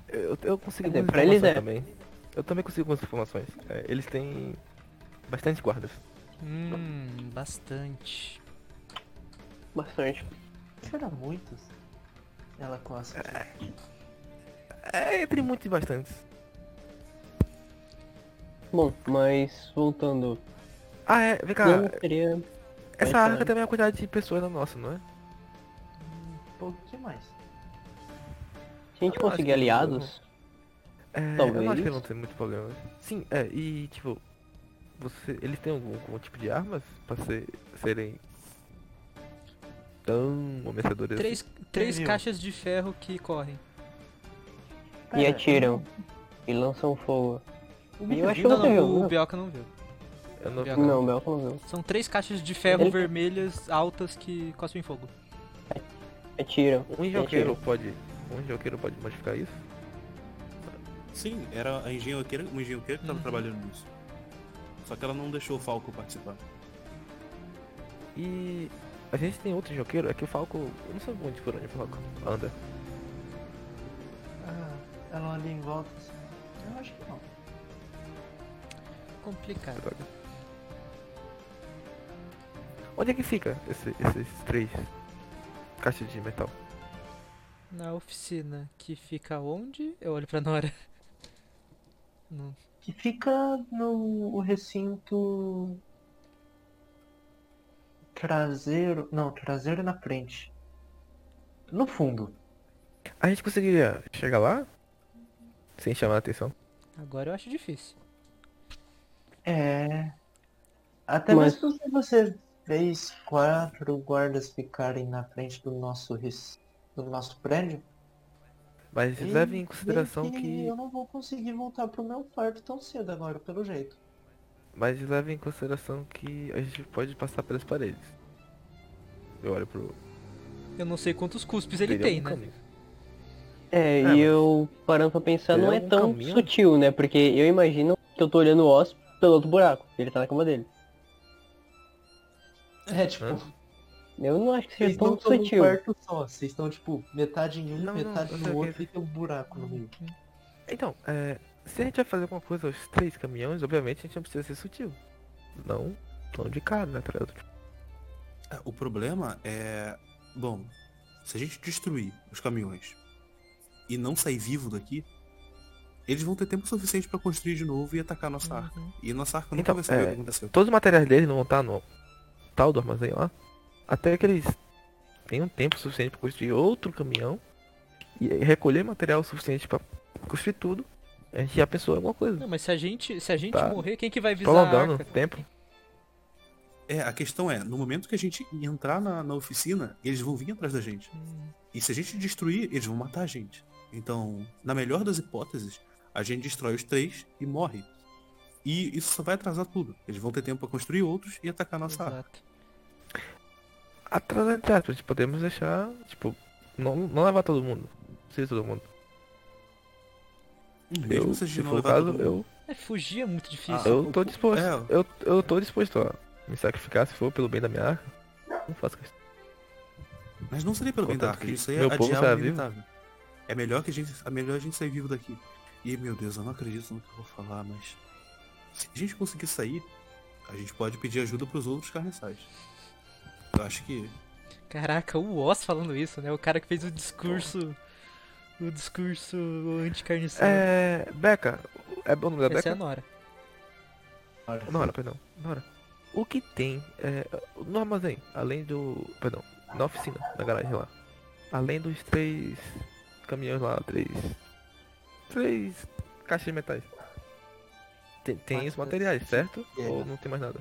Speaker 5: Eu, eu consigo
Speaker 4: Quer dizer,
Speaker 5: algumas
Speaker 4: pra eles
Speaker 5: informações
Speaker 4: é.
Speaker 5: também. Eu também consigo algumas informações. É, eles têm bastante guardas.
Speaker 2: Hum, bastante.
Speaker 4: Bastante.
Speaker 1: Isso era muitos. Ela coça.
Speaker 5: É, entre muitos e bastantes.
Speaker 4: Bom, mas voltando.
Speaker 5: Ah, é, vem cá.
Speaker 4: Não seria.
Speaker 5: Essa
Speaker 4: falar.
Speaker 5: arca também é a quantidade de pessoas da nossa, não é?
Speaker 1: Um pouquinho mais.
Speaker 4: Se a gente
Speaker 5: Eu acho que
Speaker 4: conseguir
Speaker 5: não.
Speaker 4: aliados,
Speaker 5: É, Eu não acho
Speaker 4: Talvez.
Speaker 5: que não tem muito problema. Sim, é, e tipo, você, eles têm algum, algum tipo de armas pra ser, serem tão ameaçadores? assim?
Speaker 2: Três, três
Speaker 1: viu?
Speaker 2: caixas de ferro que correm.
Speaker 4: e
Speaker 1: Cara,
Speaker 4: atiram. E lançam fogo.
Speaker 1: eu-
Speaker 4: E eu acho que
Speaker 2: Não,
Speaker 4: você
Speaker 2: não,
Speaker 4: viu.
Speaker 2: o, o
Speaker 4: né?
Speaker 2: Bioca não viu.
Speaker 5: Eu não,
Speaker 2: Bianca.
Speaker 4: Não, Belka não viu.
Speaker 2: São três caixas de ferro
Speaker 4: Ele-
Speaker 2: vermelhas altas que cospem fogo.
Speaker 4: Atiram.
Speaker 5: um
Speaker 4: e
Speaker 5: joqueiro
Speaker 4: atiram.
Speaker 5: pode. Um joqueiro pode modificar isso?
Speaker 3: Sim, era a engenhoqueira, uma engenhoqueira que tava trabalhando nisso. Só que ela não deixou o Falco participar.
Speaker 5: E a gente tem outro joqueiro, é que o Falco. Eu não sei muito por onde o Falco anda.
Speaker 1: Ah, ela olha em volta assim. Eu acho que não.
Speaker 2: Complicado.
Speaker 5: droga. Onde é que fica esse, esses três caixas de metal?
Speaker 2: Na oficina, que fica onde? Eu olho pra Nora. Não.
Speaker 1: Que fica no recinto traseiro. Não, traseiro na frente. No fundo.
Speaker 5: A gente conseguiria chegar lá? Sem chamar a atenção?
Speaker 2: Agora eu acho difícil.
Speaker 1: É. Até
Speaker 4: Mas-
Speaker 1: mesmo se você fez quatro guardas ficarem na frente do nosso rec- do nosso prédio.
Speaker 5: Mas
Speaker 1: bem-
Speaker 5: leve em
Speaker 1: bem
Speaker 5: consideração que.
Speaker 1: Eu não vou conseguir voltar pro meu quarto tão cedo agora, pelo jeito.
Speaker 5: Mas leve em consideração que a gente pode passar pelas paredes. Eu olho pro.
Speaker 2: Eu não sei quantos cuspes ele
Speaker 5: teria
Speaker 2: tem,
Speaker 5: algum
Speaker 2: né?
Speaker 5: caminho.
Speaker 4: É,
Speaker 5: mas-
Speaker 4: e eu parando pra pensar, não
Speaker 5: Ele
Speaker 4: é
Speaker 5: é um
Speaker 4: tão
Speaker 5: caminho.
Speaker 4: sutil, né? Porque eu imagino que eu tô olhando o Osp pelo outro buraco. Ele tá na cama dele.
Speaker 1: É, tipo,
Speaker 5: Hã?
Speaker 4: Eu não acho que
Speaker 1: vocês
Speaker 4: seja
Speaker 1: não
Speaker 4: tão
Speaker 1: estão num
Speaker 4: sutil.
Speaker 1: quarto só. Vocês estão, tipo, metade em um,
Speaker 5: Não, não,
Speaker 1: metade
Speaker 5: eu sei
Speaker 1: no
Speaker 5: o que-
Speaker 1: outro e tem um buraco no meio.
Speaker 5: Então, é, se a gente vai fazer alguma coisa aos três caminhões, obviamente a gente não precisa ser sutil. Não, não de cara, né? tá ligado?
Speaker 3: É, O problema é. Bom, se a gente destruir os caminhões e não sair vivo daqui, eles vão ter tempo suficiente pra construir de novo e atacar nossa
Speaker 5: Ah.
Speaker 3: arca.
Speaker 2: Uhum.
Speaker 3: E nossa arca nunca
Speaker 5: Então,
Speaker 3: vai saber o
Speaker 5: é,
Speaker 3: que aconteceu.
Speaker 5: Todos os materiais deles não vão estar no tal do armazém lá. Até que eles tenham tempo suficiente pra construir outro caminhão e recolher material suficiente pra construir tudo. A gente já pensou em alguma coisa.
Speaker 2: Não, mas se a gente, se a gente
Speaker 5: Tá.
Speaker 2: morrer, quem que vai visar a
Speaker 5: Prolongando
Speaker 2: arca?
Speaker 5: o tempo.
Speaker 3: É, a questão é, no momento que a gente entrar na, na oficina, eles vão vir atrás da gente.
Speaker 2: Hum,
Speaker 3: E se a gente destruir, eles vão matar a gente. Então, na melhor das hipóteses, a gente destrói os três e morre. E isso só vai atrasar tudo. Eles vão ter tempo pra construir outros e atacar nossa arca.
Speaker 2: exato.
Speaker 5: Atrás entre aspas, podemos deixar, tipo, não, não levar todo mundo. Não precisa todo mundo.
Speaker 3: Mesmo
Speaker 5: Eu,
Speaker 3: se a gente
Speaker 5: se
Speaker 3: não
Speaker 5: for o
Speaker 3: levar
Speaker 5: caso,
Speaker 3: todo mundo.
Speaker 5: eu,
Speaker 2: É, fugir é muito difícil.
Speaker 1: Ah.
Speaker 5: eu tô disposto.
Speaker 3: É.
Speaker 5: Eu, eu tô disposto a me sacrificar se for pelo bem da minha arca. Não faço questão.
Speaker 3: Mas não seria pelo bem da
Speaker 5: Contanto
Speaker 3: arca,
Speaker 5: que
Speaker 3: isso aí é
Speaker 5: meu povo
Speaker 3: adiável
Speaker 5: saia
Speaker 3: e
Speaker 5: vivo.
Speaker 3: inevitável. É melhor que a gente, é melhor a gente sair vivo daqui. E meu Deus, eu não acredito no que eu vou falar, mas se a gente conseguir sair, a gente pode pedir ajuda pros outros carniçais. Eu acho que
Speaker 2: Caraca, o Oz falando isso, né? O cara que fez o discurso. O discurso anticarniceiro.
Speaker 5: É. Beca. É bom o nome da
Speaker 2: Essa é a
Speaker 5: Beca?
Speaker 2: Nora.
Speaker 5: Nora, perdão. Nora. O que tem é, no armazém, além do. Perdão, na oficina, na garagem lá. Além dos três caminhões lá, três. Três caixas de metais. Tem, tem os
Speaker 1: Quatro.
Speaker 5: materiais, certo?
Speaker 1: É.
Speaker 5: Ou não tem mais nada?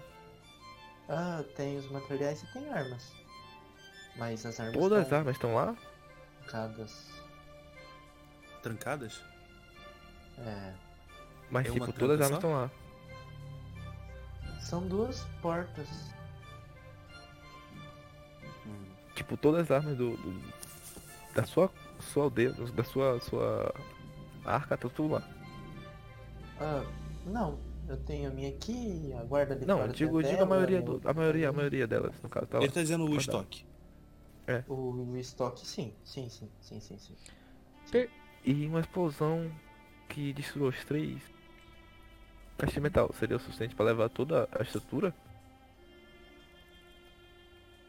Speaker 1: Ah, tem os materiais e tem armas. Mas as armas
Speaker 5: Todas as
Speaker 1: estão
Speaker 5: armas estão lá?
Speaker 1: trancadas.
Speaker 3: Trancadas?
Speaker 1: É.
Speaker 5: Mas
Speaker 3: É uma
Speaker 5: tipo, todas as armas
Speaker 3: tranca
Speaker 5: estão lá.
Speaker 1: São duas portas.
Speaker 5: Tipo, todas as armas do. do- da sua. sua aldeia, do- da sua. sua. arca, tá tudo lá.
Speaker 1: Ah, não. Eu tenho a minha aqui, a guarda de
Speaker 5: não,
Speaker 1: fora
Speaker 5: eu
Speaker 1: tem
Speaker 5: digo, eu digo a
Speaker 1: dela,
Speaker 5: maioria
Speaker 1: eu-
Speaker 5: do, a maioria, a maioria delas, no caso, tá lá.
Speaker 3: Ele tá dizendo o
Speaker 5: Guardado.
Speaker 3: estoque.
Speaker 1: O, o estoque, sim. Sim, sim, sim, sim, sim.
Speaker 5: E uma explosão que destruiu os três caixas de metal seria o suficiente pra levar toda a estrutura?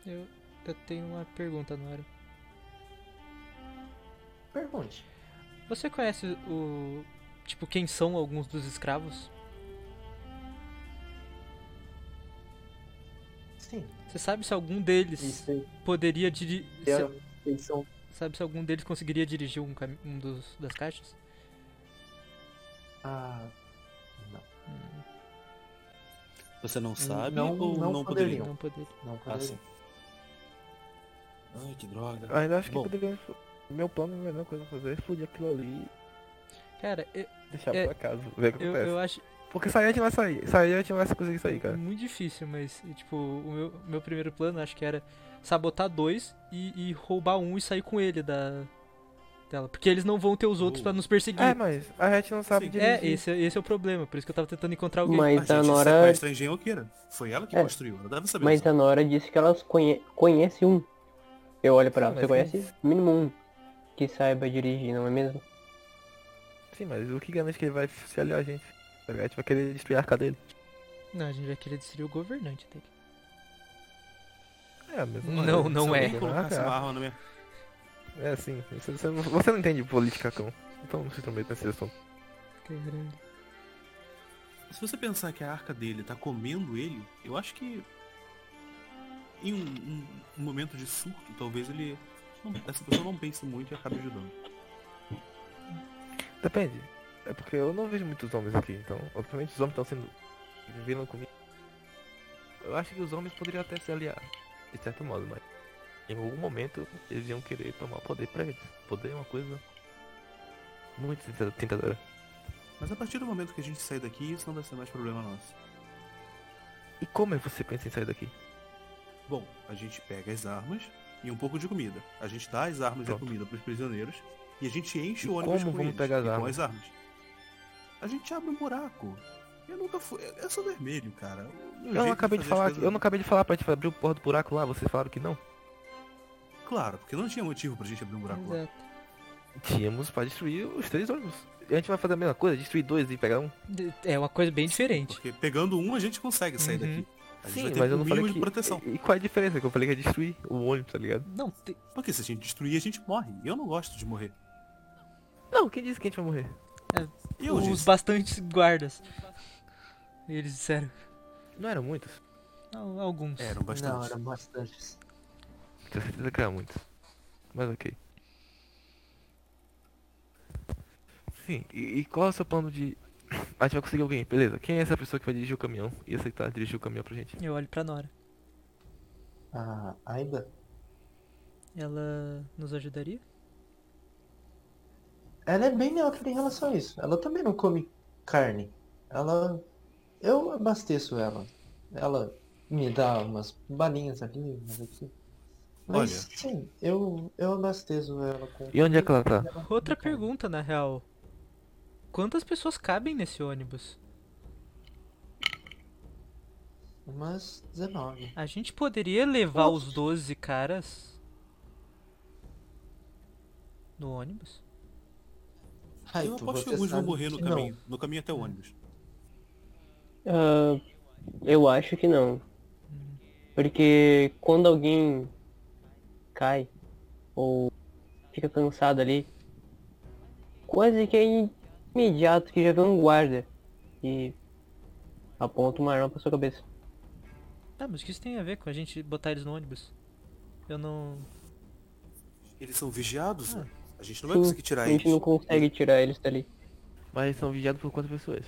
Speaker 2: Eu, eu tenho uma pergunta, Nora.
Speaker 1: Pergunte.
Speaker 2: Você conhece o. Tipo, quem são alguns dos escravos?
Speaker 1: Sim.
Speaker 2: Você sabe se algum deles
Speaker 1: Isso aí.
Speaker 2: poderia dirigir.
Speaker 1: um- Eles são
Speaker 2: Sabe se algum deles conseguiria dirigir um, cami- um dos, das caixas?
Speaker 1: Ah,
Speaker 2: Hum,
Speaker 3: Você não sabe
Speaker 1: não-
Speaker 3: ou
Speaker 1: não
Speaker 3: não, poderia?
Speaker 1: Não.
Speaker 2: Não poderia.
Speaker 1: não
Speaker 3: Ah,
Speaker 1: poderia.
Speaker 3: sim. Ai, que droga.
Speaker 5: Eu ainda acho
Speaker 3: Bom.
Speaker 5: que poderia. Meu plano, a melhor coisa a fazer é explodir aquilo ali
Speaker 2: Cara, eu,
Speaker 5: e deixar
Speaker 2: É,
Speaker 5: pra casa, ver o que
Speaker 2: eu,
Speaker 5: acontece.
Speaker 2: eu Hum, acho
Speaker 5: Porque sair a gente vai sair, sair a gente vai conseguir sair, cara.
Speaker 2: muito difícil, mas, tipo, o meu, meu primeiro plano acho que era sabotar dois e, e roubar um e sair com ele da dela. Porque eles não vão ter os outros
Speaker 3: Boa.
Speaker 2: pra nos perseguir.
Speaker 5: É, mas a gente não sabe
Speaker 3: Sim.
Speaker 5: dirigir.
Speaker 2: É, esse, é- esse é o problema, por isso que eu tava tentando encontrar alguém.
Speaker 3: A
Speaker 4: Mas a
Speaker 5: então,
Speaker 3: gente
Speaker 4: Nora.
Speaker 3: sequestra a engenhoqueira. Foi ela que
Speaker 4: É.
Speaker 3: construiu. Ela deve saber.
Speaker 4: Mas
Speaker 3: usar.
Speaker 4: a Nora disse que elas conhe... conhece um. Eu olho pra
Speaker 5: Sim,
Speaker 4: ela, você
Speaker 5: mas-
Speaker 4: conhece mínimo um que saiba dirigir, não é mesmo?
Speaker 5: Sim, mas o que garante que ele vai se aliar a gente? Tá ligado? A gente vai querer destruir a arca dele.
Speaker 2: Não, a gente vai querer destruir o governante dele.
Speaker 5: É, mesmo.
Speaker 2: Não,
Speaker 5: mas
Speaker 2: não
Speaker 5: se
Speaker 2: é.
Speaker 5: alguém
Speaker 3: Se colocasse
Speaker 5: colocasse
Speaker 3: uma
Speaker 5: uma arma-
Speaker 3: arma na minha...
Speaker 5: É assim, você, você não- você não entende política, cão. Então não se intrometa nesse assunto.
Speaker 2: Caralho.
Speaker 3: Se você pensar que a arca dele tá comendo ele, eu acho que em um, um- um momento de surto, talvez ele. não- essa pessoa não pense muito e acabe ajudando.
Speaker 5: Depende. É porque eu não vejo muitos homens aqui, então. Obviamente os homens estão sendo. vindo comigo. Eu acho que os homens poderiam até se aliar, de certo modo, mas. Em algum momento eles iam querer tomar poder pra eles. Poder é uma coisa. Muito tenta- tentadora.
Speaker 3: Mas a partir do momento que a gente sair daqui, isso não vai ser mais problema nosso.
Speaker 5: E como é que você pensa em sair daqui?
Speaker 3: Bom, a gente pega as armas e um pouco de comida. A gente dá as armas e
Speaker 5: Pronto.
Speaker 3: a comida pros prisioneiros e a gente enche
Speaker 5: E
Speaker 3: o ônibus
Speaker 5: como
Speaker 3: com
Speaker 5: vamos
Speaker 3: eles,
Speaker 5: pegar as
Speaker 3: e com
Speaker 5: armas?
Speaker 3: as armas. A gente abre um buraco. Eu nunca fui. É só vermelho, cara. O meu
Speaker 5: Eu
Speaker 3: Um jeito
Speaker 5: não acabei de
Speaker 3: fazer as
Speaker 5: falar,
Speaker 3: coisas-
Speaker 5: eu não acabei de falar pra gente abrir o porra do buraco lá, vocês falaram que não.
Speaker 3: Claro, porque não tinha motivo pra gente abrir um buraco lá.
Speaker 2: Exato.
Speaker 5: Tínhamos pra destruir os três ônibus. E a gente vai fazer a mesma coisa, destruir dois e pegar um.
Speaker 2: De- É uma coisa bem diferente.
Speaker 3: Porque pegando um a gente consegue sair
Speaker 2: Uhum.
Speaker 3: daqui. A gente
Speaker 5: Sim,
Speaker 3: vai ter
Speaker 5: mas eu
Speaker 3: um
Speaker 5: não falei
Speaker 3: mínimo
Speaker 5: que.
Speaker 3: de proteção.
Speaker 5: E, e qual é a diferença? Que eu falei que é destruir o ônibus, tá ligado?
Speaker 2: Não, te-
Speaker 3: Porque se a gente destruir, a gente morre. E eu não gosto de morrer.
Speaker 5: Não, quem disse que a gente vai morrer?
Speaker 3: Eu
Speaker 2: os
Speaker 3: disse,
Speaker 2: bastantes guardas. Eles disseram.
Speaker 5: Não eram muitos?
Speaker 2: Al- Alguns.
Speaker 3: é, eram
Speaker 1: Não,
Speaker 3: bastante.
Speaker 1: eram bastantes.
Speaker 5: Tenho certeza que eram muitos. Mas ok. Sim, e, e qual é o seu plano de. *coughs* A gente vai conseguir alguém, beleza. Quem é essa pessoa que vai dirigir o caminhão e aceitar dirigir o caminhão pra gente?
Speaker 2: Eu olho pra Nora.
Speaker 1: Ah, ainda?
Speaker 2: Ela nos ajudaria?
Speaker 1: Ela é bem neutra em relação a isso. Ela também não come carne. Ela. Eu abasteço ela. Ela me dá umas balinhas ali, umas aqui. Mas
Speaker 3: Olha.
Speaker 1: sim, eu, eu abasteço ela com.
Speaker 5: E onde é que ela tá?
Speaker 2: Outra pergunta, na real. Quantas pessoas cabem nesse ônibus?
Speaker 1: Umas 19.
Speaker 2: A gente poderia levar os 12 caras no ônibus?
Speaker 1: Ai,
Speaker 3: Eu
Speaker 1: tu-
Speaker 3: aposto que
Speaker 1: você
Speaker 3: alguns vão
Speaker 1: sabe
Speaker 3: morrer no
Speaker 1: que não.
Speaker 3: caminho. No caminho até o ônibus.
Speaker 4: Ah, eu acho que não. Porque quando alguém cai ou fica cansado ali, quase que é imediato que já vê um guarda e aponta uma arma pra sua cabeça.
Speaker 2: Tá, mas o que isso tem a ver com a gente botar eles no ônibus? Eu não.
Speaker 3: Eles são vigiados, né? A gente não vai
Speaker 4: Sim,
Speaker 3: conseguir tirar
Speaker 4: a gente
Speaker 3: eles.
Speaker 4: não consegue tirar eles dali.
Speaker 5: Mas eles são vigiados por quantas pessoas?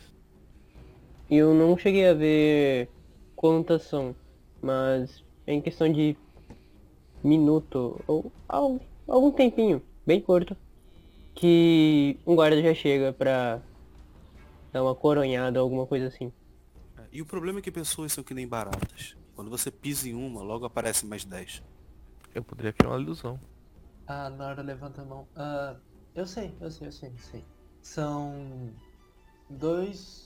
Speaker 4: E eu não cheguei a ver quantas são, mas é em questão de minuto ou al- algum tempinho, bem curto, que um guarda já chega pra dar uma coronhada ou alguma coisa assim.
Speaker 3: É, E o problema é que pessoas são que nem baratas. Quando você pisa em uma, logo aparecem mais 10.
Speaker 5: Eu poderia criar uma ilusão.
Speaker 1: A Nora Ah, levanta a mão. Ah, eu sei, eu sei, eu sei, eu sei. São dois.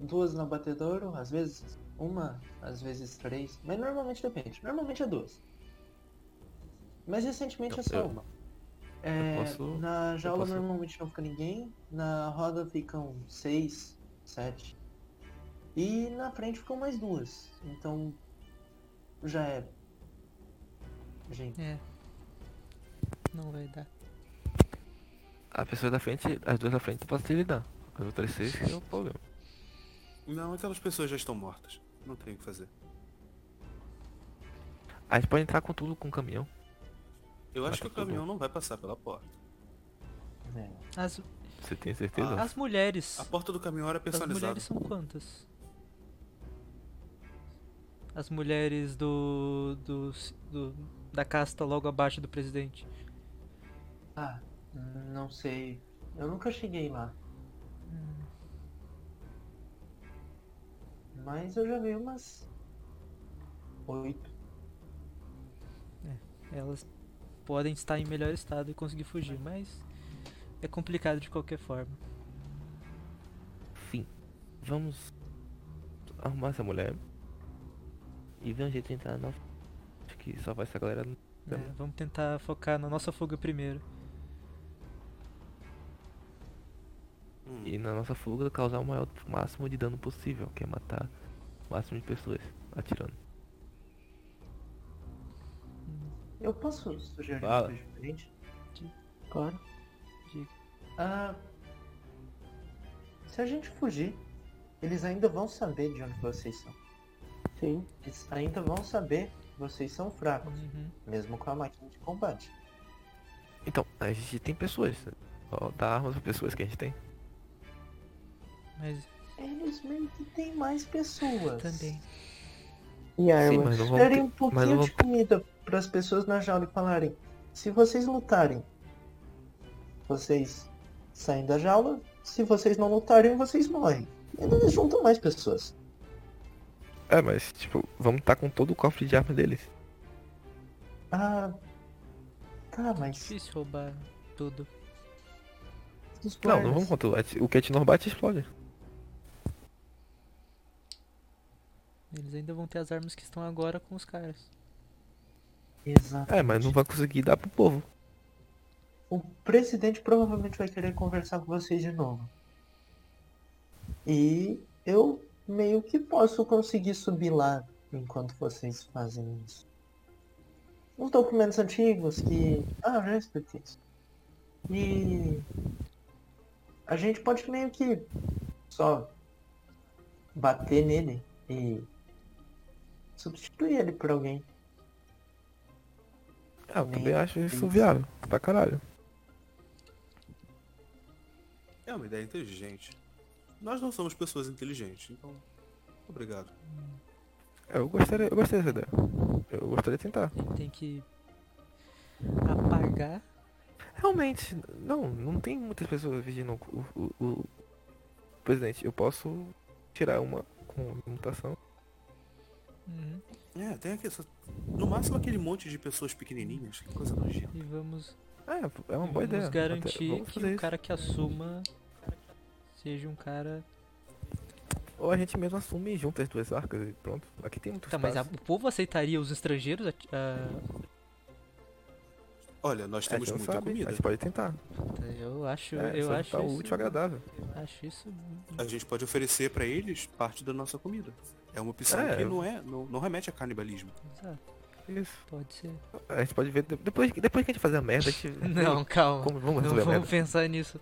Speaker 1: Duas no abatedouro, às vezes uma, às vezes três. Mas normalmente depende. Normalmente é duas. Mas recentemente é só
Speaker 5: Eu-
Speaker 1: uma. É,
Speaker 5: posso-
Speaker 1: na jaula
Speaker 5: posso-
Speaker 1: normalmente não fica ninguém. Na roda ficam seis, sete. E na frente ficam mais duas. Então. Já era. Gente.
Speaker 2: É. Não vai dar.
Speaker 5: A pessoa da frente, as duas da frente eu posso te lidar. As outras seis que é o problema.
Speaker 3: Não, aquelas pessoas já estão mortas. Não tem o que fazer.
Speaker 5: A gente pode entrar com tudo com o caminhão.
Speaker 3: Eu acho
Speaker 5: Mas
Speaker 3: que o
Speaker 5: tá tudo
Speaker 3: caminhão não vai passar pela porta.
Speaker 1: né?
Speaker 2: As,
Speaker 5: Você tem certeza?
Speaker 2: as mulheres.
Speaker 3: A porta do caminhão era
Speaker 2: As
Speaker 3: personalizada.
Speaker 2: mulheres são quantas? As mulheres do, do, do- da casta logo abaixo do presidente.
Speaker 1: Ah, não sei. Eu nunca cheguei lá. Mas eu já vi umas. Oito.
Speaker 2: Elas podem estar em melhor estado e conseguir fugir, mas é complicado de qualquer forma.
Speaker 5: Sim. Vamos arrumar essa mulher. E ver um jeito de entrar na. Acho que só vai essa galera.
Speaker 2: né? Vamos tentar focar na nossa fuga primeiro.
Speaker 3: Hum.
Speaker 5: E na nossa fuga causar o maior máximo de dano possível, que é matar o máximo de pessoas atirando.
Speaker 1: Eu posso sugerir uma
Speaker 5: Fala.
Speaker 1: coisa diferente?
Speaker 4: Claro.
Speaker 1: Ah. Se a gente fugir, eles ainda vão saber de onde vocês são.
Speaker 4: Sim.
Speaker 1: Eles ainda vão saber que vocês são fracos,
Speaker 2: Uhum.
Speaker 1: mesmo com a máquina de combate.
Speaker 5: Então, a gente tem pessoas. né? Só dá armas para pessoas que a gente tem.
Speaker 2: Mas
Speaker 1: Eles meio que têm mais pessoas.
Speaker 2: também. é
Speaker 4: E
Speaker 5: Sim,
Speaker 4: armas.
Speaker 5: mas não vamos.
Speaker 1: darem um
Speaker 5: Ter... mas
Speaker 1: pouquinho
Speaker 5: não
Speaker 1: de comida para as pessoas na jaula e falarem: se vocês lutarem, vocês saem da jaula. Se vocês não lutarem, vocês morrem. E eles juntam mais pessoas.
Speaker 5: É, mas tipo, vamos estar com todo o cofre de armas deles.
Speaker 1: Ah, tá,
Speaker 2: É
Speaker 1: mas
Speaker 2: difícil roubar tudo.
Speaker 1: os
Speaker 5: Não, não
Speaker 1: guardas-
Speaker 5: vamos contra o Ati- O que a gente não bate explode.
Speaker 2: Eles ainda vão ter as armas que estão agora com os caras.
Speaker 1: Exato.
Speaker 5: É, mas não vai conseguir dar pro povo.
Speaker 1: O presidente provavelmente vai querer conversar com vocês de novo. E eu meio que posso conseguir subir lá enquanto vocês fazem isso. Uns documentos antigos que. Ah, eu já expliquei isso. E. A gente pode meio que só bater nele e substituir ele por alguém.
Speaker 5: Ah, eu
Speaker 1: Nem
Speaker 5: também acho isso
Speaker 1: pensa.
Speaker 5: viável. Pra caralho.
Speaker 3: É uma ideia inteligente. Nós não somos pessoas inteligentes, então. Obrigado.
Speaker 5: É, Eu gostaria, eu gostei dessa ideia. Eu gostaria de tentar.
Speaker 2: Ele tem que apagar
Speaker 5: Realmente, não, não tem muitas pessoas vigiando o, o- o- o presidente. Eu posso tirar uma com mutação.
Speaker 2: uhum,
Speaker 3: É, tem aqui. só- No máximo aquele monte de pessoas pequenininhas. Que coisa nojenta.
Speaker 2: e vamos
Speaker 5: É, é uma boa
Speaker 2: Vamos
Speaker 5: ideia. Até-
Speaker 2: garantir
Speaker 5: vamos
Speaker 2: que
Speaker 5: fazer
Speaker 2: o
Speaker 5: isso.
Speaker 2: cara que assuma seja um cara.
Speaker 5: Ou a gente mesmo assume junto as duas arcas e pronto. Aqui tem muito
Speaker 2: Tá, mas a-
Speaker 5: espaço.
Speaker 2: o povo aceitaria os estrangeiros? ati- ah,
Speaker 3: Olha, nós
Speaker 5: É, a
Speaker 3: temos
Speaker 5: gente não
Speaker 3: muita
Speaker 5: sabe,
Speaker 3: comida.
Speaker 5: a gente pode tentar.
Speaker 2: tá, eu acho,
Speaker 5: É,
Speaker 2: eu
Speaker 5: só
Speaker 2: acho
Speaker 5: juntar o
Speaker 2: isso,
Speaker 5: útil ao agradável.
Speaker 2: acho isso.
Speaker 3: A gente pode oferecer pra eles parte da nossa comida. É uma opção
Speaker 5: É.
Speaker 3: que não é. Não, não remete a canibalismo.
Speaker 2: Exato.
Speaker 5: Isso.
Speaker 2: Pode ser.
Speaker 5: A gente pode ver. de- Depois, depois que a gente fazer a merda, a gente.
Speaker 2: *laughs*
Speaker 5: *laughs*
Speaker 2: Não, calma.
Speaker 5: Como- vamos
Speaker 2: Não
Speaker 5: resolver a merda.
Speaker 2: vamos pensar nisso.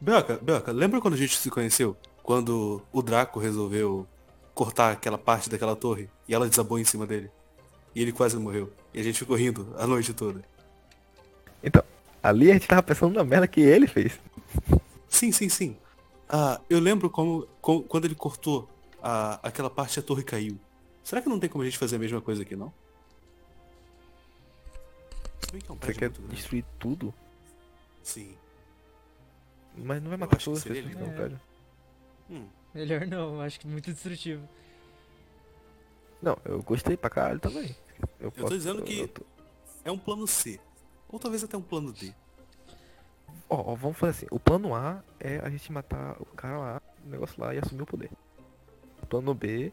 Speaker 3: Belka, Belka, lembra quando a gente se conheceu? Quando o Draco resolveu cortar aquela parte daquela torre e ela desabou em cima dele. E ele quase morreu. E a gente ficou rindo a noite toda.
Speaker 5: Então, ali a gente tava pensando na merda que ele fez.
Speaker 3: Sim, sim, sim. Ah, eu lembro como, co- quando ele cortou a- aquela parte a torre caiu. Será que não tem como a gente fazer a mesma coisa aqui não? Se bem que é um
Speaker 5: Você
Speaker 3: prédio
Speaker 5: quer
Speaker 3: muito grande.
Speaker 5: destruir tudo, né?
Speaker 3: Sim.
Speaker 5: mas não vai
Speaker 3: Eu
Speaker 5: matar
Speaker 3: acho que
Speaker 5: todas as
Speaker 3: seria
Speaker 5: pessoas não,
Speaker 2: legal.
Speaker 5: cara.
Speaker 3: Hum,
Speaker 2: Melhor não, acho que muito destrutivo.
Speaker 5: Não, eu gostei pra caralho também. Eu,
Speaker 3: tô dizendo que- é um plano C. Ou talvez até um plano D.
Speaker 5: Ó, ó, vamos fazer assim. O plano A é a gente matar o cara lá, o negócio lá e assumir o poder. O plano B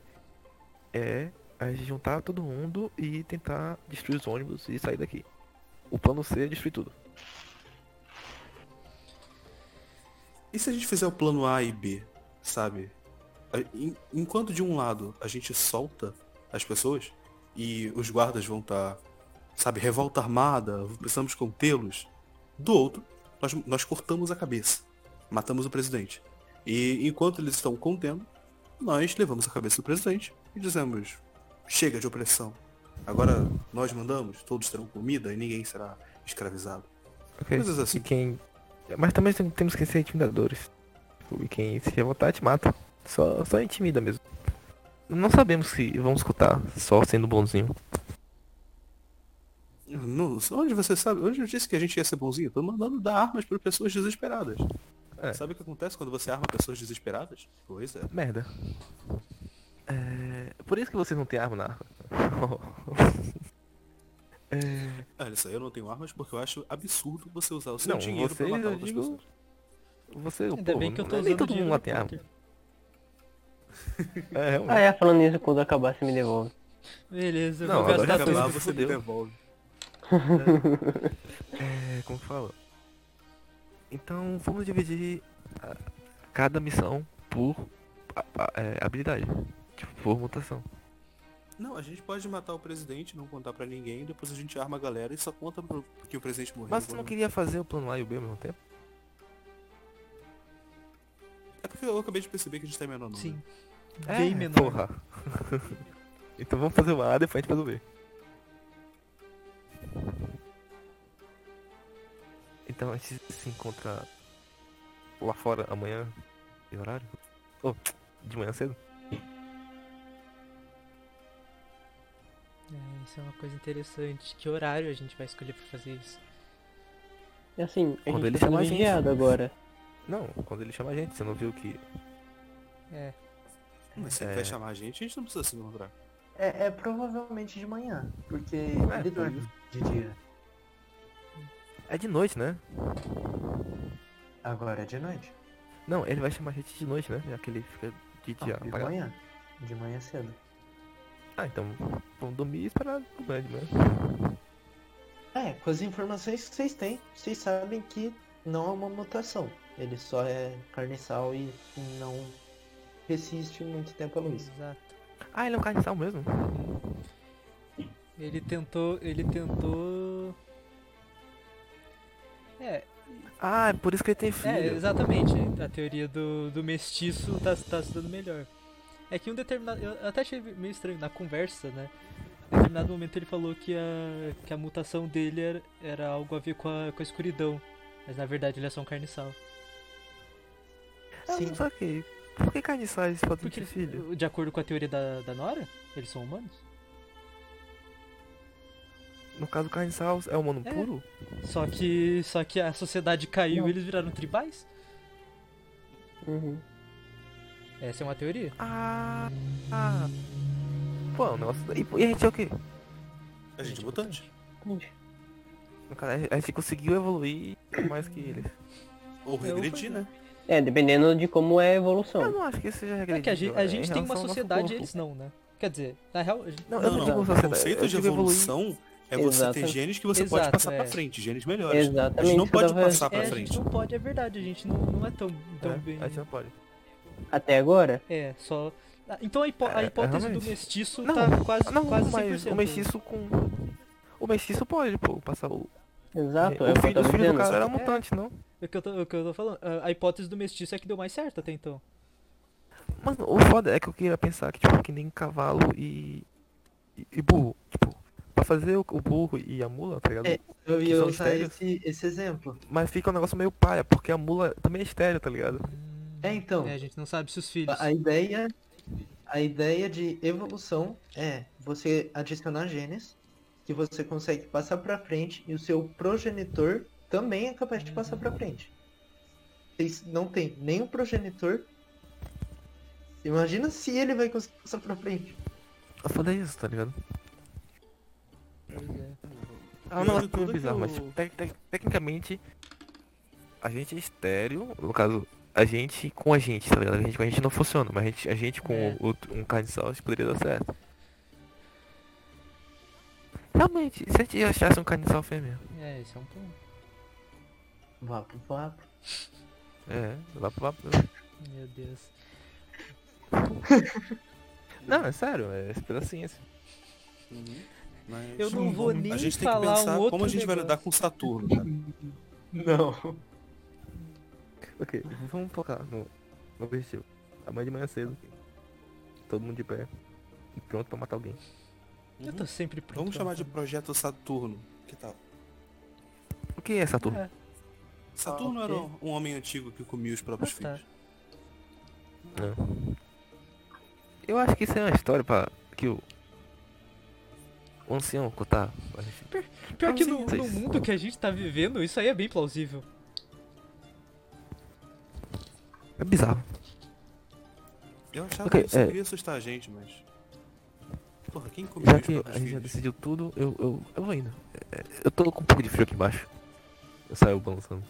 Speaker 5: é a gente juntar todo mundo e tentar destruir os ônibus e sair daqui. O plano C é destruir tudo.
Speaker 3: E se a gente fizer o plano A e B, sabe? A- en- Enquanto de um lado a gente solta as pessoas e os guardas vão estar, sabe, revolta armada, precisamos contê-los. Do outro, nós, nós cortamos a cabeça, matamos o presidente. E enquanto eles estão contendo, nós levamos a cabeça do presidente e dizemos: chega de opressão. Agora nós mandamos, todos terão comida e ninguém será escravizado.
Speaker 5: Ok?
Speaker 3: Coisas assim.
Speaker 5: E quem... Mas também tem- temos que ser intimidadores. Tipo, E quem se revoltar te mata. Só, só intimida mesmo. Não sabemos se vão escutar só sendo bonzinho.
Speaker 3: Não, onde você sabe? Onde eu disse que a gente ia ser bonzinho? Eu Tô mandando dar armas para pessoas desesperadas.
Speaker 5: É.
Speaker 3: Sabe o que acontece quando você arma pessoas desesperadas? Pois é.
Speaker 5: Merda. É... Por isso que vocês não têm arma na arma.
Speaker 3: Olha só, Ah, eu não tenho armas porque eu acho absurdo você usar o seu
Speaker 5: Não,
Speaker 3: dinheiro pra
Speaker 5: vocês,
Speaker 3: matar
Speaker 5: eu
Speaker 3: outras
Speaker 5: digo-
Speaker 3: pessoas.
Speaker 5: *laughs* Você,
Speaker 2: Ainda
Speaker 5: pô,
Speaker 2: bem que eu
Speaker 5: não-
Speaker 2: tô
Speaker 5: nem
Speaker 2: usando
Speaker 5: todo mundo
Speaker 2: dinheiro
Speaker 5: lá
Speaker 2: do
Speaker 5: tem arma.
Speaker 2: Potter.
Speaker 5: É, realmente.
Speaker 4: Ah, é, falando nisso, quando acabar você me devolve.
Speaker 2: Beleza, eu
Speaker 5: Não,
Speaker 2: vou
Speaker 5: agora
Speaker 2: gastar
Speaker 5: que
Speaker 2: tudo.
Speaker 5: acabar,
Speaker 3: lá,
Speaker 5: tudo,
Speaker 3: você me
Speaker 5: fudeu.
Speaker 3: devolve.
Speaker 5: É, como fala? Então vamos dividir a- cada missão por a- a- é, habilidade. Tipo, por mutação.
Speaker 3: Não, a gente pode matar o presidente, não contar pra ninguém, depois a gente arma a galera e só conta pro... que o presidente morreu.
Speaker 5: Mas você não
Speaker 3: quando-
Speaker 5: queria fazer o plano A e o B ao mesmo tempo?
Speaker 3: É porque eu acabei de perceber que a gente tá em menor número.
Speaker 2: Sim.
Speaker 5: É,
Speaker 2: Bem menor.
Speaker 5: Porra. *laughs* então vamos fazer o A, depois a gente faz o B. Então a gente se encontra lá fora amanhã. Que horário? Oh, de manhã cedo?
Speaker 2: É, isso é uma coisa interessante. Que horário a gente vai escolher pra fazer isso?
Speaker 4: É assim, a
Speaker 5: Quando ele
Speaker 4: gente tá sendo
Speaker 5: chamar a gente.
Speaker 4: vigiado agora.
Speaker 5: Não, quando ele chama a gente, você não viu que.
Speaker 2: É.
Speaker 3: Mas se ele
Speaker 5: É.
Speaker 3: vai chamar a gente, a gente não precisa se encontrar.
Speaker 1: É, é provavelmente de manhã, porque ele dorme É, de dia.
Speaker 5: É de noite, né?
Speaker 1: Agora é de noite.
Speaker 5: Não, ele vai chamar a gente de noite, né? Já que ele fica de
Speaker 1: Ah,
Speaker 5: dia
Speaker 1: de
Speaker 5: apagado.
Speaker 1: manhã. De manhã cedo.
Speaker 5: Ah, então vamos dormir e esperar o grande, né?
Speaker 1: É, com as informações que vocês têm, vocês sabem que não é uma mutação. Ele só é carniçal e não resiste muito tempo à luz.
Speaker 2: Exato.
Speaker 5: Ah, ele é um carniçal mesmo?
Speaker 2: Ele tentou. Ele tentou. É,
Speaker 5: Ah, é por isso que ele tem filho.
Speaker 2: é, exatamente. A teoria do, do mestiço tá, tá se dando melhor. É que em um determinado. Eu até achei meio estranho na conversa, né? Em determinado momento ele falou que a, que a mutação dele era, era algo a ver com a, com a escuridão. Mas na verdade ele é só um carniçal.
Speaker 5: Eu
Speaker 1: Sim.
Speaker 5: não saquei. Por que carniçais podem
Speaker 2: Porque,
Speaker 5: ter filho?
Speaker 2: de acordo com a teoria da, da Nora, eles são humanos.
Speaker 5: No caso, o carniçal é humano
Speaker 2: É.
Speaker 5: puro?
Speaker 2: Só que, só que a sociedade caiu e eles viraram tribais.
Speaker 4: Uhum.
Speaker 2: Essa é uma teoria.
Speaker 5: Ah, ah. Pô, nossa. E, e a gente é o quê?
Speaker 3: A gente é mutante.
Speaker 4: Gente,
Speaker 5: No caso, a- a gente conseguiu evoluir mais que eles.
Speaker 3: Ou
Speaker 2: Eu
Speaker 3: regredir, né?
Speaker 4: É, dependendo de como é a
Speaker 5: Eu
Speaker 4: evolução.
Speaker 5: não acho que isso seja
Speaker 2: É que
Speaker 5: regredível.
Speaker 2: a gente, a
Speaker 5: é, em
Speaker 2: gente tem uma
Speaker 5: relação ao nosso
Speaker 2: sociedade e
Speaker 5: corpo.
Speaker 2: eles não, né? Quer dizer, na real, a gente-
Speaker 5: Não, eu não, digo
Speaker 3: O
Speaker 5: sociedade.
Speaker 3: conceito
Speaker 5: eu
Speaker 3: de
Speaker 5: digo evoluir.
Speaker 3: evolução é você ter
Speaker 4: Exato.
Speaker 3: genes que você pode
Speaker 2: Exato,
Speaker 3: passar pra
Speaker 2: é.
Speaker 3: frente, genes melhores. A
Speaker 4: Exatamente.
Speaker 3: gente não
Speaker 4: isso que eu
Speaker 3: pode
Speaker 4: tava-
Speaker 3: passar
Speaker 2: é,
Speaker 3: pra
Speaker 2: a gente
Speaker 3: frente.
Speaker 2: não pode, é verdade, a gente não, não é tão, tão
Speaker 5: Tá É,
Speaker 2: bem.
Speaker 5: A gente não pode.
Speaker 4: Até agora?
Speaker 2: É, só. Ah, Então a, hipó- a
Speaker 5: É,
Speaker 2: hipótese do
Speaker 5: realmente.
Speaker 2: mestiço
Speaker 5: Não,
Speaker 2: tá quase,
Speaker 5: Não,
Speaker 2: quase 100%.
Speaker 5: mas o mestiço com. O mestiço pode, pô, passar o.
Speaker 4: Exato,
Speaker 5: é,
Speaker 4: é o
Speaker 5: o
Speaker 4: que eu
Speaker 5: filho,
Speaker 4: tava
Speaker 5: o filho do
Speaker 4: dizendo.
Speaker 5: cara era
Speaker 2: É.
Speaker 5: mutante, não?
Speaker 2: É o que eu tô, é o que eu tô falando. Ah, A hipótese do mestiço é que deu mais certo até então.
Speaker 5: Mas o foda é que eu queria pensar que, tipo, que nem cavalo e. e, e burro. Tipo, pra fazer o, o burro e a mula, tá ligado?
Speaker 1: É. Eu
Speaker 5: Que
Speaker 1: ia
Speaker 5: são
Speaker 1: usar
Speaker 5: mistérios?
Speaker 1: esse, esse exemplo.
Speaker 5: Mas fica um negócio meio paia, porque a mula também é estéreo, tá ligado?
Speaker 1: É, então.
Speaker 2: É, a gente não sabe se os
Speaker 5: Ah,
Speaker 2: filhos.
Speaker 1: A ideia, a ideia de evolução é você adicionar genes que você consegue passar pra frente e o seu progenitor também é capaz de passar pra frente. Vocês não tem nem o progenitor. Imagina se ele vai conseguir passar pra frente.
Speaker 5: O foda é isso, tá ligado?
Speaker 2: Pois é.
Speaker 5: Ah,
Speaker 3: Primeiro
Speaker 5: não,
Speaker 3: de tudo
Speaker 5: é tudo
Speaker 3: é
Speaker 5: bizarro,
Speaker 3: que
Speaker 5: mas
Speaker 3: o-
Speaker 5: tipo, tec- tec- tecnicamente a gente é estéreo, no caso, a gente com a gente, tá ligado? A gente com a gente não funciona, mas a gente, a gente com
Speaker 2: É.
Speaker 5: outro- um carne de sal acho que poderia dar certo. Realmente, se a gente achasse um carne de sal fêmea,
Speaker 2: É, esse é um ponto.
Speaker 1: Vapo, vapo.
Speaker 5: é, lá pra lá.
Speaker 2: Meu Deus.
Speaker 5: Não, é sério, é esse pedacinho assim.
Speaker 3: Uhum. Mas-
Speaker 2: Eu não vou nem
Speaker 3: A gente tem que
Speaker 2: falar um
Speaker 3: pensar
Speaker 2: outro
Speaker 3: como a gente vai
Speaker 2: negócio.
Speaker 3: lidar com Saturno, cara.
Speaker 1: Não.
Speaker 5: Ok, vamos focar no, no objetivo. Amanhã de manhã cedo, todo mundo de pé, pronto pra matar alguém.
Speaker 2: Eu
Speaker 5: Uhum.
Speaker 2: tô sempre pronto.
Speaker 3: Vamos
Speaker 2: pra
Speaker 3: chamar de
Speaker 2: tudo.
Speaker 3: Projeto Saturno. Que tal?
Speaker 5: O que é essa turma?
Speaker 2: É,
Speaker 3: Saturno
Speaker 2: Ah, ok.
Speaker 3: era um um homem antigo que comia os próprios
Speaker 2: Ah, tá.
Speaker 3: filhos.
Speaker 5: Eu acho que isso é uma história pra que o. O ancião contar. pra gente.
Speaker 2: Pior que no,
Speaker 5: Vamos
Speaker 2: no
Speaker 5: em seis.
Speaker 2: mundo que a gente tá vivendo, isso aí é bem plausível.
Speaker 5: É bizarro.
Speaker 3: Eu achava
Speaker 5: Ok,
Speaker 3: que isso
Speaker 5: é.
Speaker 3: queria assustar a gente, mas. Porra, quem comia
Speaker 5: Já
Speaker 3: os
Speaker 5: que
Speaker 3: próprios
Speaker 5: a gente já
Speaker 3: filhos?
Speaker 5: decidiu tudo, eu, eu, eu vou indo. É, Eu tô com um pouco de frio aqui embaixo. Eu saio balançando.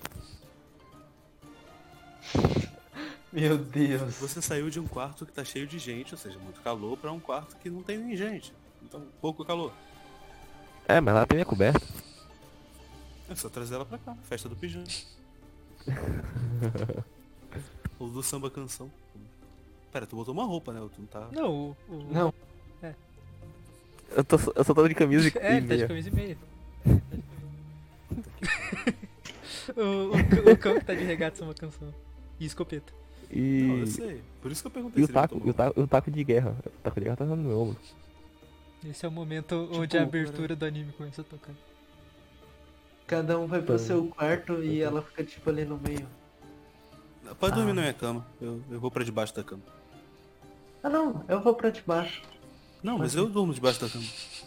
Speaker 1: Meu Deus.
Speaker 3: Você saiu de um quarto que tá cheio de gente, ou seja, muito calor, pra um quarto que não tem nem gente. Então, pouco calor.
Speaker 5: É, mas lá tem minha coberta.
Speaker 3: É só trazer ela pra cá. Festa do
Speaker 5: *laughs*
Speaker 3: pijama. Ou do samba canção. Pera, tu botou uma roupa, né? Tu não tá.
Speaker 2: Não, o. o-
Speaker 1: Não.
Speaker 5: Eu, tô, só- eu só tô de camisa e,
Speaker 2: *laughs* É,
Speaker 5: e
Speaker 2: ele tá de
Speaker 5: meia.
Speaker 2: camisa e meia. o, o, Cão- o cão que tá de regata é uma canção. E escopeta.
Speaker 5: E,
Speaker 3: Não, Ah, eu sei. Por isso que eu perguntei
Speaker 5: e o
Speaker 3: se ele
Speaker 5: taco,
Speaker 3: botou
Speaker 5: e
Speaker 3: uma
Speaker 5: o taco, e o taco de guerra. O taco de guerra tá no meu ombro.
Speaker 2: Esse é o momento
Speaker 3: Tipo,
Speaker 2: onde a abertura do anime começa a tocar.
Speaker 1: Cada um vai pro seu quarto e ela fica tipo ali no meio.
Speaker 3: roupa. Pode dormir na minha cama. Eu, eu vou pra debaixo da cama.
Speaker 1: Ah não, eu vou pra debaixo.
Speaker 3: Não, mas eu durmo debaixo da cama.